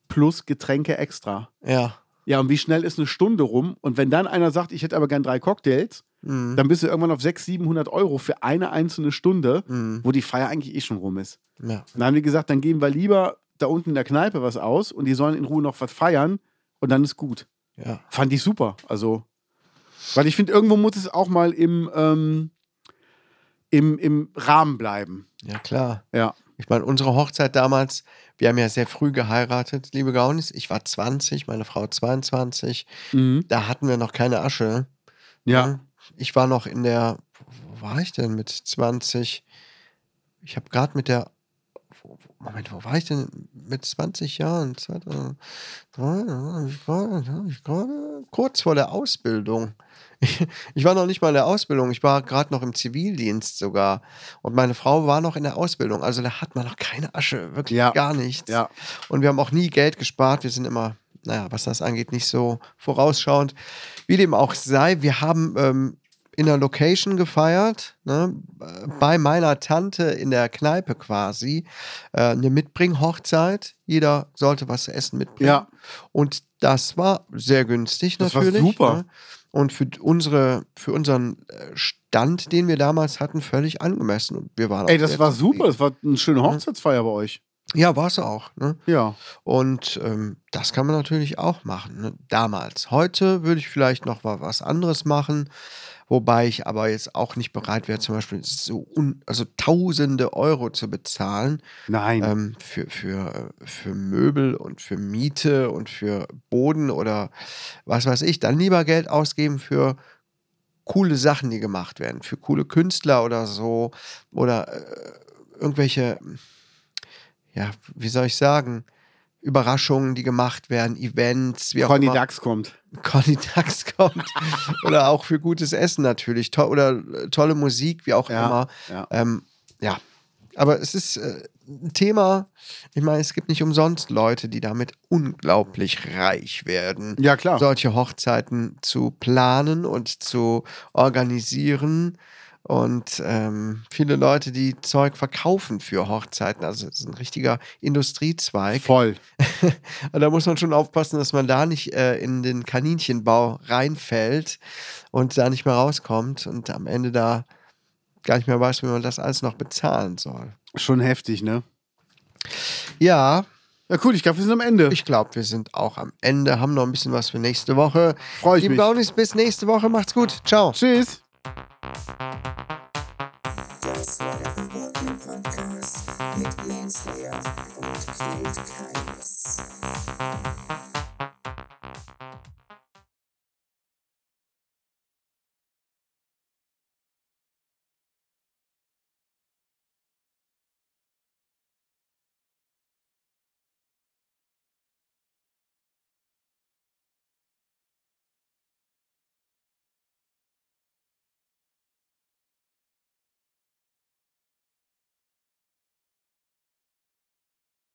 plus Getränke extra.
Ja.
Ja, und wie schnell ist eine Stunde rum? Und wenn dann einer sagt, ich hätte aber gern drei Cocktails,
Mhm.
dann bist du irgendwann auf 600, 700 Euro für eine einzelne Stunde,
Mhm.
wo die Feier eigentlich eh schon rum ist.
Ja.
Dann haben die gesagt, dann geben wir lieber da unten in der Kneipe was aus und die sollen in Ruhe noch was feiern und dann ist gut.
Ja.
Fand ich super. Also, weil ich finde, irgendwo muss es auch mal im, ähm, im, im Rahmen bleiben.
Ja, klar.
Ja.
Ich meine, unsere Hochzeit damals, wir haben ja sehr früh geheiratet, liebe Gaunis. Ich war 20, meine Frau 22.
Mhm.
Da hatten wir noch keine Asche.
Ja.
ne? Ich war noch in der, wo war ich denn mit 20? Ich habe gerade mit der, wo- wo- Moment, wo war ich denn mit 20 Jahren? Zweit- äh, drei- äh, ich war- ich war Kurz vor der Ausbildung. Ich war noch nicht mal in der Ausbildung. Ich war gerade noch im Zivildienst sogar. Und meine Frau war noch in der Ausbildung. Also da hat man noch keine Asche, wirklich
Ja.
gar nichts.
Ja.
Und wir haben auch nie Geld gespart. Wir sind immer, naja, was das angeht, nicht so vorausschauend. Wie dem auch sei, wir haben ähm, in der Location gefeiert, ne? äh, bei meiner Tante in der Kneipe quasi. Äh, eine Mitbring-Hochzeit. Jeder sollte was zu essen mitbringen.
Ja.
Und das war sehr günstig
Das war
natürlich.
super.
Ne? Und für unsere, für unseren äh, Stand, den wir damals hatten, völlig angemessen. Und wir waren auch
Ey, das
sehr
war
zufrieden. Mhm.
super. Das war eine schöne Hochzeitsfeier bei euch.
Ja, war es auch. Ne?
Ja.
Und ähm, das kann man natürlich auch machen. Ne? Damals. Heute würde ich vielleicht noch mal was anderes machen, wobei ich aber jetzt auch nicht bereit wäre, zum Beispiel so un also Tausende Euro zu bezahlen
Nein.
ähm, für, für, äh, für Möbel und für Miete und für Boden oder was weiß ich. Dann lieber Geld ausgeben für coole Sachen, die gemacht werden, für coole Künstler oder so oder äh, irgendwelche, ja, wie soll ich sagen, Überraschungen, die gemacht werden, Events, wie auch
Conny
immer.
Dax kommt.
Conny Dax kommt. oder auch für gutes Essen natürlich. To oder äh, tolle Musik, wie auch
Ja,
immer.
ja.
Ähm, ja. Aber es ist äh, ein Thema, ich meine, es gibt nicht umsonst Leute, die damit unglaublich reich werden.
Ja, klar.
Solche Hochzeiten zu planen und zu organisieren. Und ähm, viele Leute, die Zeug verkaufen für Hochzeiten. Also es ist ein richtiger Industriezweig.
Voll.
Und da muss man schon aufpassen, dass man da nicht äh, in den Kaninchenbau reinfällt und da nicht mehr rauskommt und am Ende da gar nicht mehr weiß, wie man das alles noch bezahlen soll.
Schon heftig, ne?
Ja,
Ja, cool, ich glaube, wir sind am Ende.
ich glaube, wir sind auch am Ende, haben noch ein bisschen was für nächste Woche.
Freu ich
Liebe
mich.
Brownies, bis nächste Woche. Macht's gut. Ciao.
Tschüss.
Das war der Geburten Podcast mit Lance Lehr und Knut Kreis.